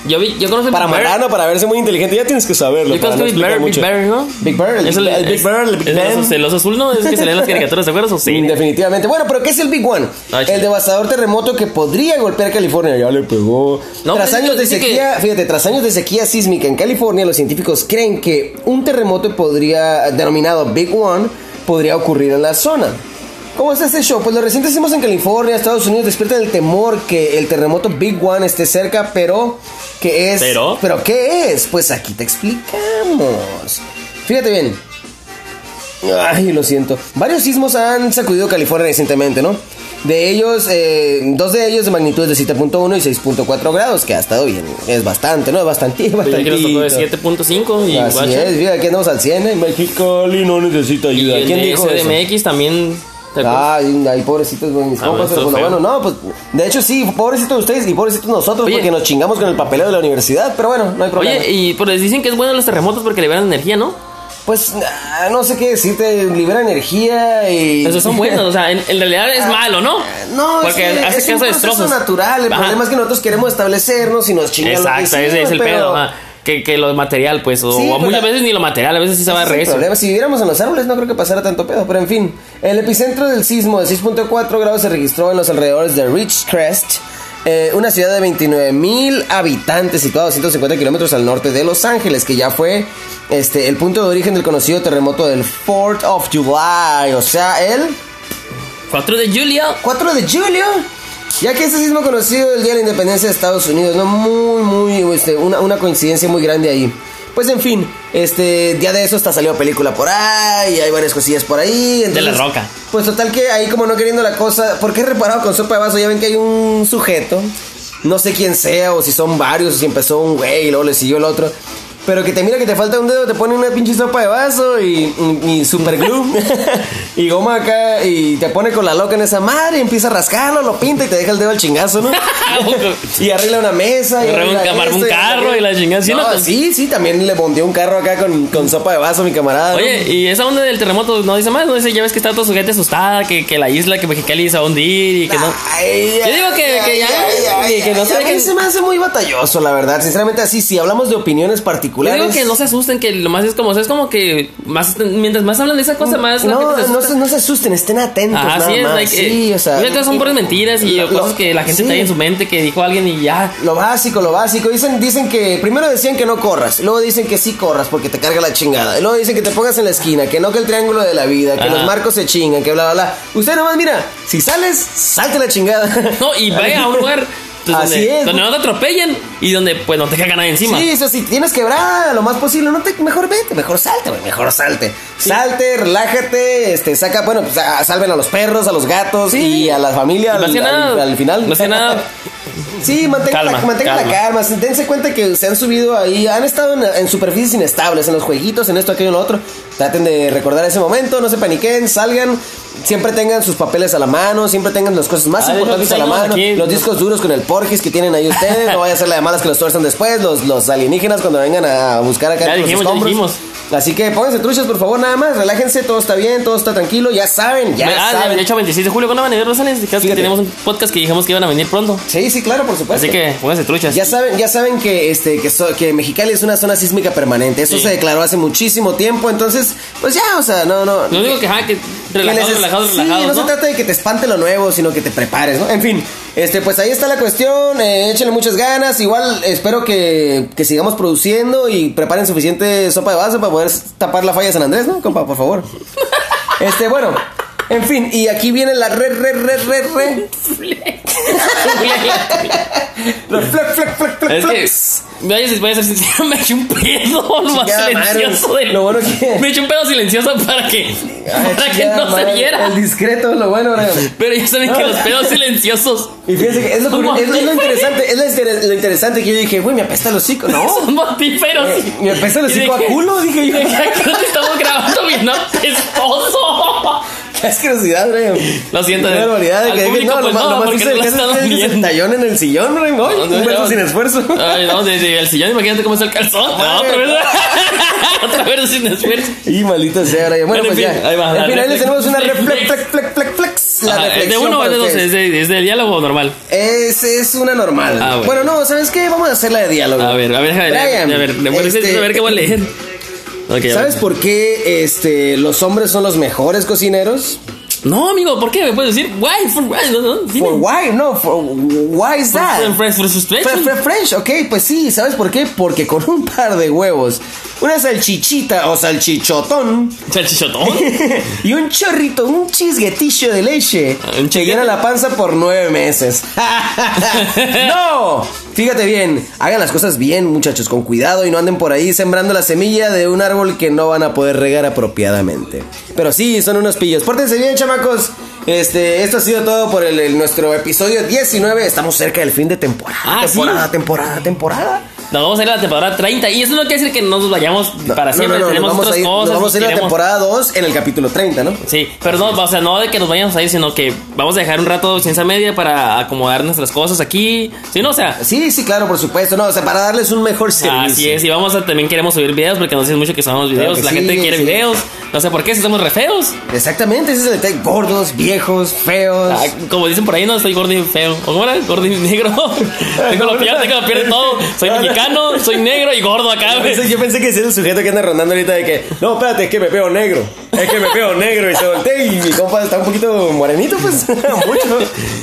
Speaker 2: Yo, vi, yo conozco el
Speaker 3: Para
Speaker 2: Big Bird.
Speaker 3: Marano, para verse muy inteligente, ya tienes que saberlo.
Speaker 2: Yo
Speaker 3: para
Speaker 2: conozco
Speaker 3: no
Speaker 2: el Big
Speaker 3: explicar
Speaker 2: Bird, Big Bird,
Speaker 3: mucho.
Speaker 2: ¿no?
Speaker 3: Big Bird, el
Speaker 2: Es
Speaker 3: Big- el Big Bird, el
Speaker 2: es
Speaker 3: Big
Speaker 2: el
Speaker 3: Ben.
Speaker 2: oso- El oso azul, ¿no? Es que se leen las caricaturas, ¿te acuerdas? O sí.
Speaker 3: Definitivamente. Bueno, pero ¿qué es el Big One?
Speaker 2: Ay, sí.
Speaker 3: el devastador terremoto que podría golpear California. Ya le pegó.
Speaker 2: No,
Speaker 3: tras
Speaker 2: pues,
Speaker 3: años de
Speaker 2: dice que-
Speaker 3: sequía, fíjate, tras años de sequía sísmica en California, los científicos creen que un terremoto podría, denominado Big One, podría ocurrir en la zona. ¿Cómo está este show? Pues los recientes hicimos en California, Estados Unidos, despiertan el temor que el terremoto Big One esté cerca, pero que es...
Speaker 2: ¿Pero?
Speaker 3: ¿Pero qué es? Pues aquí te explicamos. Fíjate bien, Ay, lo siento. Varios sismos han sacudido California recientemente, ¿no? De ellos, eh, dos de ellos de magnitudes de 7.1 y 6.4 grados, que ha estado bien. Es bastante, ¿no? Es bastante,
Speaker 2: Yo
Speaker 3: bastante.
Speaker 2: quiero otro de 7.5 y
Speaker 3: Así
Speaker 2: guacha.
Speaker 3: es, mira, aquí andamos al 100. ¿eh? Mexicali no necesita
Speaker 2: Y
Speaker 3: ayuda.
Speaker 2: el
Speaker 3: ¿Quién
Speaker 2: de
Speaker 3: dijo eso? Ah,
Speaker 2: SDMX también. ¿te acuerdas?
Speaker 3: Ay, ay, pobrecitos, güey, mis
Speaker 2: Ah,
Speaker 3: compas,
Speaker 2: bueno,
Speaker 3: pero
Speaker 2: esto es
Speaker 3: pues,
Speaker 2: feo.
Speaker 3: bueno, no, pues, de hecho sí, pobrecitos ustedes y pobrecitos nosotros,
Speaker 2: Oye.
Speaker 3: porque nos chingamos con el papeleo de la universidad, pero bueno, no hay problema.
Speaker 2: Oye, y pues les dicen que es bueno los terremotos porque liberan energía, ¿no?
Speaker 3: Pues, ah, no sé qué decirte, libera energía y...
Speaker 2: Esos son buenos, o sea, en, en realidad es malo, ¿no?
Speaker 3: Ah, No,
Speaker 2: porque
Speaker 3: es, que
Speaker 2: hace
Speaker 3: es un
Speaker 2: caso de
Speaker 3: proceso
Speaker 2: destrozos.
Speaker 3: natural. El
Speaker 2: Ajá.
Speaker 3: problema es que nosotros queremos establecernos y nos chingan lo que
Speaker 2: Exacto, ese es
Speaker 3: hicimos,
Speaker 2: el
Speaker 3: pero
Speaker 2: pedo, ajá. Que, que lo material, pues, o,
Speaker 3: Sí,
Speaker 2: o
Speaker 3: pero
Speaker 2: muchas
Speaker 3: la-
Speaker 2: veces ni lo material, a veces sí se va
Speaker 3: ese
Speaker 2: a
Speaker 3: es el
Speaker 2: rezo.
Speaker 3: problema. Si viviéramos en los árboles no creo que pasara tanto pedo, pero en fin. El epicentro del sismo de 6.4 grados se registró en los alrededores de Ridgecrest, eh, una ciudad de 29 mil habitantes situada a 150 kilómetros al norte de Los Ángeles, que ya fue este, el punto de origen del conocido terremoto del 4th of July, o sea, el...
Speaker 2: 4 de julio.
Speaker 3: (laughs) 4 de julio. Ya que este sismo conocido el Día de la Independencia de Estados Unidos, ¿no? Muy, muy, este, una, una coincidencia muy grande ahí. Pues en fin, este, día de eso hasta salió película por ahí, hay varias cosillas por ahí. entonces-
Speaker 2: la Roca.
Speaker 3: Pues total que ahí como no queriendo la cosa, porque he reparado con sopa de vaso, ya ven que hay un sujeto, no sé quién sea, o si son varios, o si empezó un güey y luego le siguió el otro. Pero que te mira que te falta un dedo, te pone una pinche sopa de vaso y, y, y super glue (laughs) y goma acá y te pone con la loca en esa madre y empieza a rascarlo, lo pinta y te deja el dedo al chingazo, ¿no? Y arregla una mesa y
Speaker 2: Arregla un
Speaker 3: arregla
Speaker 2: camar- un
Speaker 3: esto, y
Speaker 2: carro
Speaker 3: arregla-
Speaker 2: y la chingada, ¿sí,
Speaker 3: No,
Speaker 2: no?
Speaker 3: sí, sí, también le bondeó un carro acá con, con sopa de vaso, mi camarada. ¿no?
Speaker 2: Oye, y esa onda del terremoto no dice más, no dice, ya ves que está toda su gente asustada, que, que la isla, que Mexicali se va a hundir y que no.
Speaker 3: Ay,
Speaker 2: Yo digo que- que ya- que no se
Speaker 3: a mí
Speaker 2: dejen-
Speaker 3: se me hace muy batalloso, la verdad. Sinceramente, así, si hablamos de opiniones
Speaker 2: Yo
Speaker 3: particulares.
Speaker 2: digo que no se asusten, que lo más es como, o sea, es como que más, mientras más hablan de esa cosa, más la
Speaker 3: Mm, No,
Speaker 2: gente se
Speaker 3: no,
Speaker 2: asusta.
Speaker 3: se, no se asusten, estén atentos.
Speaker 2: Ajá,
Speaker 3: nada
Speaker 2: sí, es,
Speaker 3: más.
Speaker 2: like, eh,
Speaker 3: sí, o sea.
Speaker 2: muchas cosas son puras mentiras y
Speaker 3: lo-
Speaker 2: cosas que la gente
Speaker 3: sí.
Speaker 2: trae en su mente que dijo alguien y ya.
Speaker 3: Lo básico, lo básico. Dicen, dicen que primero decían que no corras, luego dicen que sí corras porque te carga la chingada. Luego dicen que te pongas en la esquina, que no que el triángulo de la vida, que
Speaker 2: Ajá.
Speaker 3: los marcos se chingan, que bla bla bla. Usted nomás mira, si sales, salte la chingada.
Speaker 2: No,
Speaker 3: (laughs)
Speaker 2: y vaya a un lugar pues,
Speaker 3: Así
Speaker 2: donde,
Speaker 3: es.
Speaker 2: donde no te atropellen y donde pues no te caiga nadie encima.
Speaker 3: Sí, o sea, si tienes quebrada, lo más posible, no te, mejor vete, mejor salte, güey, mejor salte. Salte, relájate, este, saca, bueno, pues a- salven a los perros, a los gatos
Speaker 2: Sí.
Speaker 3: y a la familia
Speaker 2: Y
Speaker 3: al,
Speaker 2: más que
Speaker 3: al-
Speaker 2: nada, (laughs)
Speaker 3: al final.
Speaker 2: más que nada,
Speaker 3: Sí, mantenga,
Speaker 2: Calma,
Speaker 3: la, mantenga la
Speaker 2: calma.
Speaker 3: calma. sí, Dense cuenta que se han subido ahí, han estado en, en superficies inestables, en los jueguitos, en esto, aquello, en lo otro. Traten de recordar ese momento, no se paniquen, salgan, siempre tengan sus papeles a la mano, siempre tengan las cosas más
Speaker 2: Ah, de hecho,
Speaker 3: importantes a
Speaker 2: aquí
Speaker 3: la
Speaker 2: tenemos
Speaker 3: mano,
Speaker 2: aquí-
Speaker 3: los discos duros con el porquis que tienen ahí ustedes, no vaya a ser la de malas que los tuerzan después, los, los alienígenas cuando vengan a buscar acá
Speaker 2: Ya
Speaker 3: entre los
Speaker 2: dijimos, ya
Speaker 3: escombros.
Speaker 2: dijimos.
Speaker 3: Así que pónganse truchas, por favor, nada más, relájense, todo está bien, todo está tranquilo, ya saben, ya
Speaker 2: Ah, de-
Speaker 3: saben.
Speaker 2: de hecho, 26 de julio, ¿cuándo van a venir Rosales? Dijimos que
Speaker 3: Fíjate.
Speaker 2: teníamos un podcast que dijimos que iban a venir pronto.
Speaker 3: Sí, sí, claro, por supuesto.
Speaker 2: Así que pónganse truchas.
Speaker 3: Ya saben, ya saben que este que, so- que Mexicali es una zona sísmica permanente. Eso
Speaker 2: Sí.
Speaker 3: se declaró hace muchísimo tiempo, entonces, pues ya, o sea, no, no.
Speaker 2: Lo único que, ajá, que relajado,
Speaker 3: Que les-
Speaker 2: relajado,
Speaker 3: sí,
Speaker 2: relajado,
Speaker 3: no, se trata de que te espante lo nuevo, sino que te prepares, ¿no? En fin, este, pues ahí está la cuestión. eh, échenle muchas ganas. Igual espero que, que sigamos produciendo y preparen suficiente sopa de vaso para poder tapar la falla de San Andrés, ¿no? Compa,
Speaker 2: (laughs)
Speaker 3: por favor. Este, bueno. En fin, y aquí viene la re, re, re, re, re. Los flex, flex, flex,
Speaker 2: (laughs)
Speaker 3: flex,
Speaker 2: Es que,
Speaker 3: flex.
Speaker 2: vaya, si voy a ser sincero, (laughs) me eché un pedo lo más
Speaker 3: Chingada madre.
Speaker 2: silencioso del-
Speaker 3: Lo bueno
Speaker 2: (laughs)
Speaker 3: que-
Speaker 2: Me eché un pedo silencioso para que,
Speaker 3: Ay,
Speaker 2: para que
Speaker 3: chingada
Speaker 2: no
Speaker 3: madre,
Speaker 2: se viera.
Speaker 3: El discreto, lo bueno, Brian.
Speaker 2: Pero ya saben que
Speaker 3: (laughs)
Speaker 2: los pedos silenciosos
Speaker 3: Y fíjense que es lo,
Speaker 2: ¿Cómo?
Speaker 3: curi- es lo- es lo interesante, es lo, inter- lo interesante que yo dije, güey, me apesta los hocico, ¿no?
Speaker 2: son mortíferos.
Speaker 3: Eh, me apesta el
Speaker 2: Y de
Speaker 3: hocico a
Speaker 2: que-
Speaker 3: culo, dije
Speaker 2: y (laughs)
Speaker 3: yo.
Speaker 2: de que acá Estamos grabando bien apestoso.
Speaker 3: Qué asquerosidad, güey.
Speaker 2: Lo siento,
Speaker 3: Qué
Speaker 2: eh.
Speaker 3: barbaridad,
Speaker 2: Al
Speaker 3: que dije,
Speaker 2: público,
Speaker 3: no,
Speaker 2: pues,
Speaker 3: nomás-
Speaker 2: no,
Speaker 3: nomás
Speaker 2: porque
Speaker 3: hice
Speaker 2: no
Speaker 3: el
Speaker 2: la
Speaker 3: gesto
Speaker 2: están
Speaker 3: de
Speaker 2: viendo.
Speaker 3: sentallón en el sillón, güey, ¿no?
Speaker 2: No, no,
Speaker 3: Un beso
Speaker 2: no.
Speaker 3: sin esfuerzo.
Speaker 2: Ay, no, desde el sillón, imagínate cómo está el calzón. No, otra
Speaker 3: (laughs)
Speaker 2: vez. otra vez sin esfuerzo.
Speaker 3: Y maldita sea, Brian.
Speaker 2: Bueno,
Speaker 3: Bueno,
Speaker 2: en
Speaker 3: pues
Speaker 2: fin,
Speaker 3: ya.
Speaker 2: ahí va, la
Speaker 3: En fin, ahí les
Speaker 2: reflex-
Speaker 3: tenemos una
Speaker 2: reflex.
Speaker 3: reflex, flex, flex, flex, flex. La
Speaker 2: Ajá, ¿De
Speaker 3: reflexión
Speaker 2: uno o
Speaker 3: para
Speaker 2: de dos?
Speaker 3: ustedes.
Speaker 2: ¿Es de, es de diálogo normal?
Speaker 3: Es, es una normal.
Speaker 2: Ah, bueno.
Speaker 3: bueno. no, ¿sabes qué? Vamos a hacer la de diálogo.
Speaker 2: A ver, a ver, déjame leer.
Speaker 3: Brian,
Speaker 2: a ver, le voy a decir,
Speaker 3: este,
Speaker 2: a ver qué voy a leer. Ok, a
Speaker 3: ¿Sabes
Speaker 2: ver.
Speaker 3: por qué este, los hombres son los mejores cocineros?
Speaker 2: No, amigo, ¿por qué? ¿Me puedes decir? Why? For why? No, no, dime. (laughs)
Speaker 3: For why? No, for why is that?
Speaker 2: French fries for
Speaker 3: Fre-
Speaker 2: frustration.
Speaker 3: fre- French, ok, pues sí, ¿sabes por qué? Porque con un par de huevos, una salchichita o salchichotón
Speaker 2: Salchichotón.
Speaker 3: (laughs) y un chorrito, un chisguetillo de leche,
Speaker 2: Ah, un
Speaker 3: te llena la panza por
Speaker 2: (laughs)
Speaker 3: nueve meses. (laughs) ¡No! Fíjate bien, hagan las cosas bien, muchachos, con cuidado y no anden por ahí sembrando la semilla de un árbol que no van a poder regar apropiadamente. Pero sí, son unos pillos. Pórtense bien, chamacos. Este, esto ha sido todo por el, el- nuestro episodio 19. Estamos cerca del fin de temporada.
Speaker 2: Ah, sí.
Speaker 3: temporada, temporada, temporada.
Speaker 2: Nos vamos a ir a la temporada 30 y eso no quiere decir que no nos vayamos
Speaker 3: No,
Speaker 2: para
Speaker 3: no,
Speaker 2: siempre.
Speaker 3: no, no,
Speaker 2: tenemos
Speaker 3: nos vamos
Speaker 2: otras
Speaker 3: a ir, nos
Speaker 2: cosas.
Speaker 3: vamos a ir a la
Speaker 2: queremos-
Speaker 3: temporada 2 en el capítulo 30, ¿no?
Speaker 2: Sí, pero no, o sea, no de que nos vayamos a ir, sino que vamos a dejar un rato ciencia media para acomodar nuestras cosas aquí. Sí, no, o sea,
Speaker 3: Sí, sí, claro, por supuesto. No, o sea, para darles un mejor servicio.
Speaker 2: Así es, y vamos a también queremos subir videos porque nos dicen mucho que subamos
Speaker 3: Claro
Speaker 2: videos.
Speaker 3: que
Speaker 2: la
Speaker 3: sí,
Speaker 2: gente quiere
Speaker 3: sí. Ah,
Speaker 2: videos. No sé por qué, si somos re feos.
Speaker 3: Exactamente, ese es el detalle. Gordos, viejos, feos.
Speaker 2: Ah, como dicen por ahí, no soy gordo y feo. ¿O cómo era? Gordo y (laughs)
Speaker 3: (laughs)
Speaker 2: negro. tengo la piel, tengo la piel de todo. Soy
Speaker 3: No, no.
Speaker 2: mexicano, soy negro y gordo acá,
Speaker 3: (laughs) Yo
Speaker 2: güey.
Speaker 3: pensé- yo pensé que ese es el sujeto que anda rondando ahorita de que, no, espérate, es que me peo negro. Es que me peo negro y se voltea y mi compa está un poquito morenito, pues, (laughs) mucho.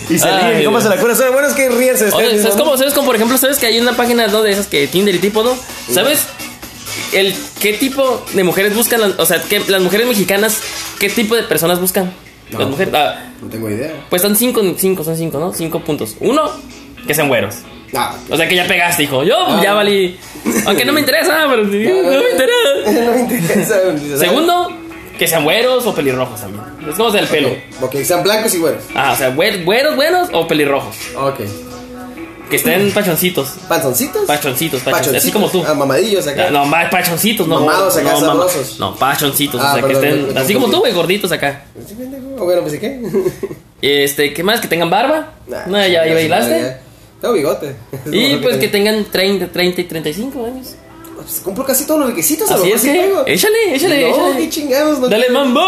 Speaker 3: Y se
Speaker 2: Ay,
Speaker 3: ríe, mi compa
Speaker 2: Dios.
Speaker 3: se la cura. Son buenos que ríen, se
Speaker 2: Oye,
Speaker 3: estén
Speaker 2: ¿sabes
Speaker 3: mismo.
Speaker 2: cómo? ¿Sabes cómo? Por ejemplo, ¿sabes que hay una página ¿no? de esas que Tinder y tipo, no? ¿Sabes? El, ¿Qué tipo de mujeres buscan? las- o sea, que las mujeres mexicanas, ¿qué tipo de personas buscan? Las mujeres. ah,
Speaker 3: No tengo idea.
Speaker 2: pues son cinco, cinco, son cinco, ¿no? Cinco puntos. Uno, que sean güeros.
Speaker 3: Ah,
Speaker 2: O sea que ya pegaste, hijo. Yo pues, ya valí. Aunque no me interesa, pero sí, no me interesa.
Speaker 3: (laughs) no me interesa.
Speaker 2: Segundo, que sean güeros o pelirrojos también. Es como sea el pelo.
Speaker 3: Ok, sean blancos y güeros.
Speaker 2: Ah, o sea, güer- güeros, buenos o pelirrojos.
Speaker 3: Ok.
Speaker 2: Que estén pachoncitos.
Speaker 3: ¿Panzoncitos? Ah,
Speaker 2: Pachoncitos, pachoncitos. Así como tú. Ah,
Speaker 3: mamadillos
Speaker 2: No, más pachoncitos, no.
Speaker 3: Mamados acá,
Speaker 2: no, mama-
Speaker 3: sabrosos.
Speaker 2: No, pachoncitos. o
Speaker 3: Ah,
Speaker 2: sea,
Speaker 3: perdón,
Speaker 2: que
Speaker 3: me-
Speaker 2: estén
Speaker 3: me
Speaker 2: así como
Speaker 3: confundí.
Speaker 2: tú, güey, gorditos acá.
Speaker 3: Bueno, pues, ¿y qué? (laughs)
Speaker 2: Este, ¿qué más? Que tengan barba.
Speaker 3: Nah,
Speaker 2: no, ya, ya
Speaker 3: chingas,
Speaker 2: bailaste.
Speaker 3: ya. Tengo bigote. (laughs)
Speaker 2: Y pues que
Speaker 3: te... Pues,
Speaker 2: tengan 30, 30 y 35 años.
Speaker 3: Compro casi todos los requisitos. a lo
Speaker 2: Así
Speaker 3: mejor
Speaker 2: es
Speaker 3: sí
Speaker 2: que.
Speaker 3: tengo.
Speaker 2: Échale, échale,
Speaker 3: No,
Speaker 2: échale.
Speaker 3: qué chingados. No
Speaker 2: ¡Dale
Speaker 3: quiero.
Speaker 2: mambo!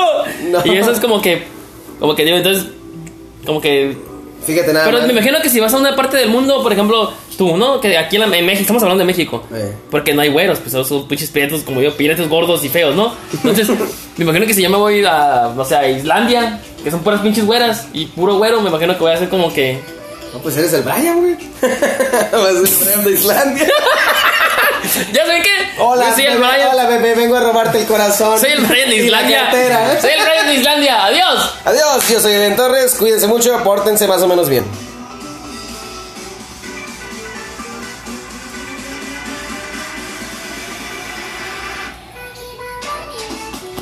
Speaker 3: No.
Speaker 2: Y eso es como que. Como que digo, entonces. Como que.
Speaker 3: Fíjate nada
Speaker 2: Pero
Speaker 3: más.
Speaker 2: me imagino que si vas a una parte del mundo, por ejemplo, tú, ¿no? Que aquí en, la- en México, estamos hablando de México.
Speaker 3: Eh.
Speaker 2: Porque no hay güeros, pues son pinches piratas como yo, piratas gordos y feos, ¿no?
Speaker 3: (laughs)
Speaker 2: Entonces, me imagino que si yo me voy a, no sé, a Islandia, que son puras pinches güeras y puro güero, me imagino que voy a hacer como que. (laughs)
Speaker 3: No, pues eres el Brian, güey. (laughs) Vas a ser Brian de
Speaker 2: (laughs)
Speaker 3: Islandia.
Speaker 2: ¿Ya saben qué?
Speaker 3: Hola,
Speaker 2: Yo soy el
Speaker 3: bebé,
Speaker 2: Brian.
Speaker 3: hola, bebé. Vengo a robarte el corazón.
Speaker 2: Soy el Brian de
Speaker 3: Y la ¿eh?
Speaker 2: Islandia.
Speaker 3: cartera.
Speaker 2: Soy el Brian de Islandia. Adiós.
Speaker 3: Adiós, yo soy Ben Torres. Cuídense mucho, pórtense más o menos bien.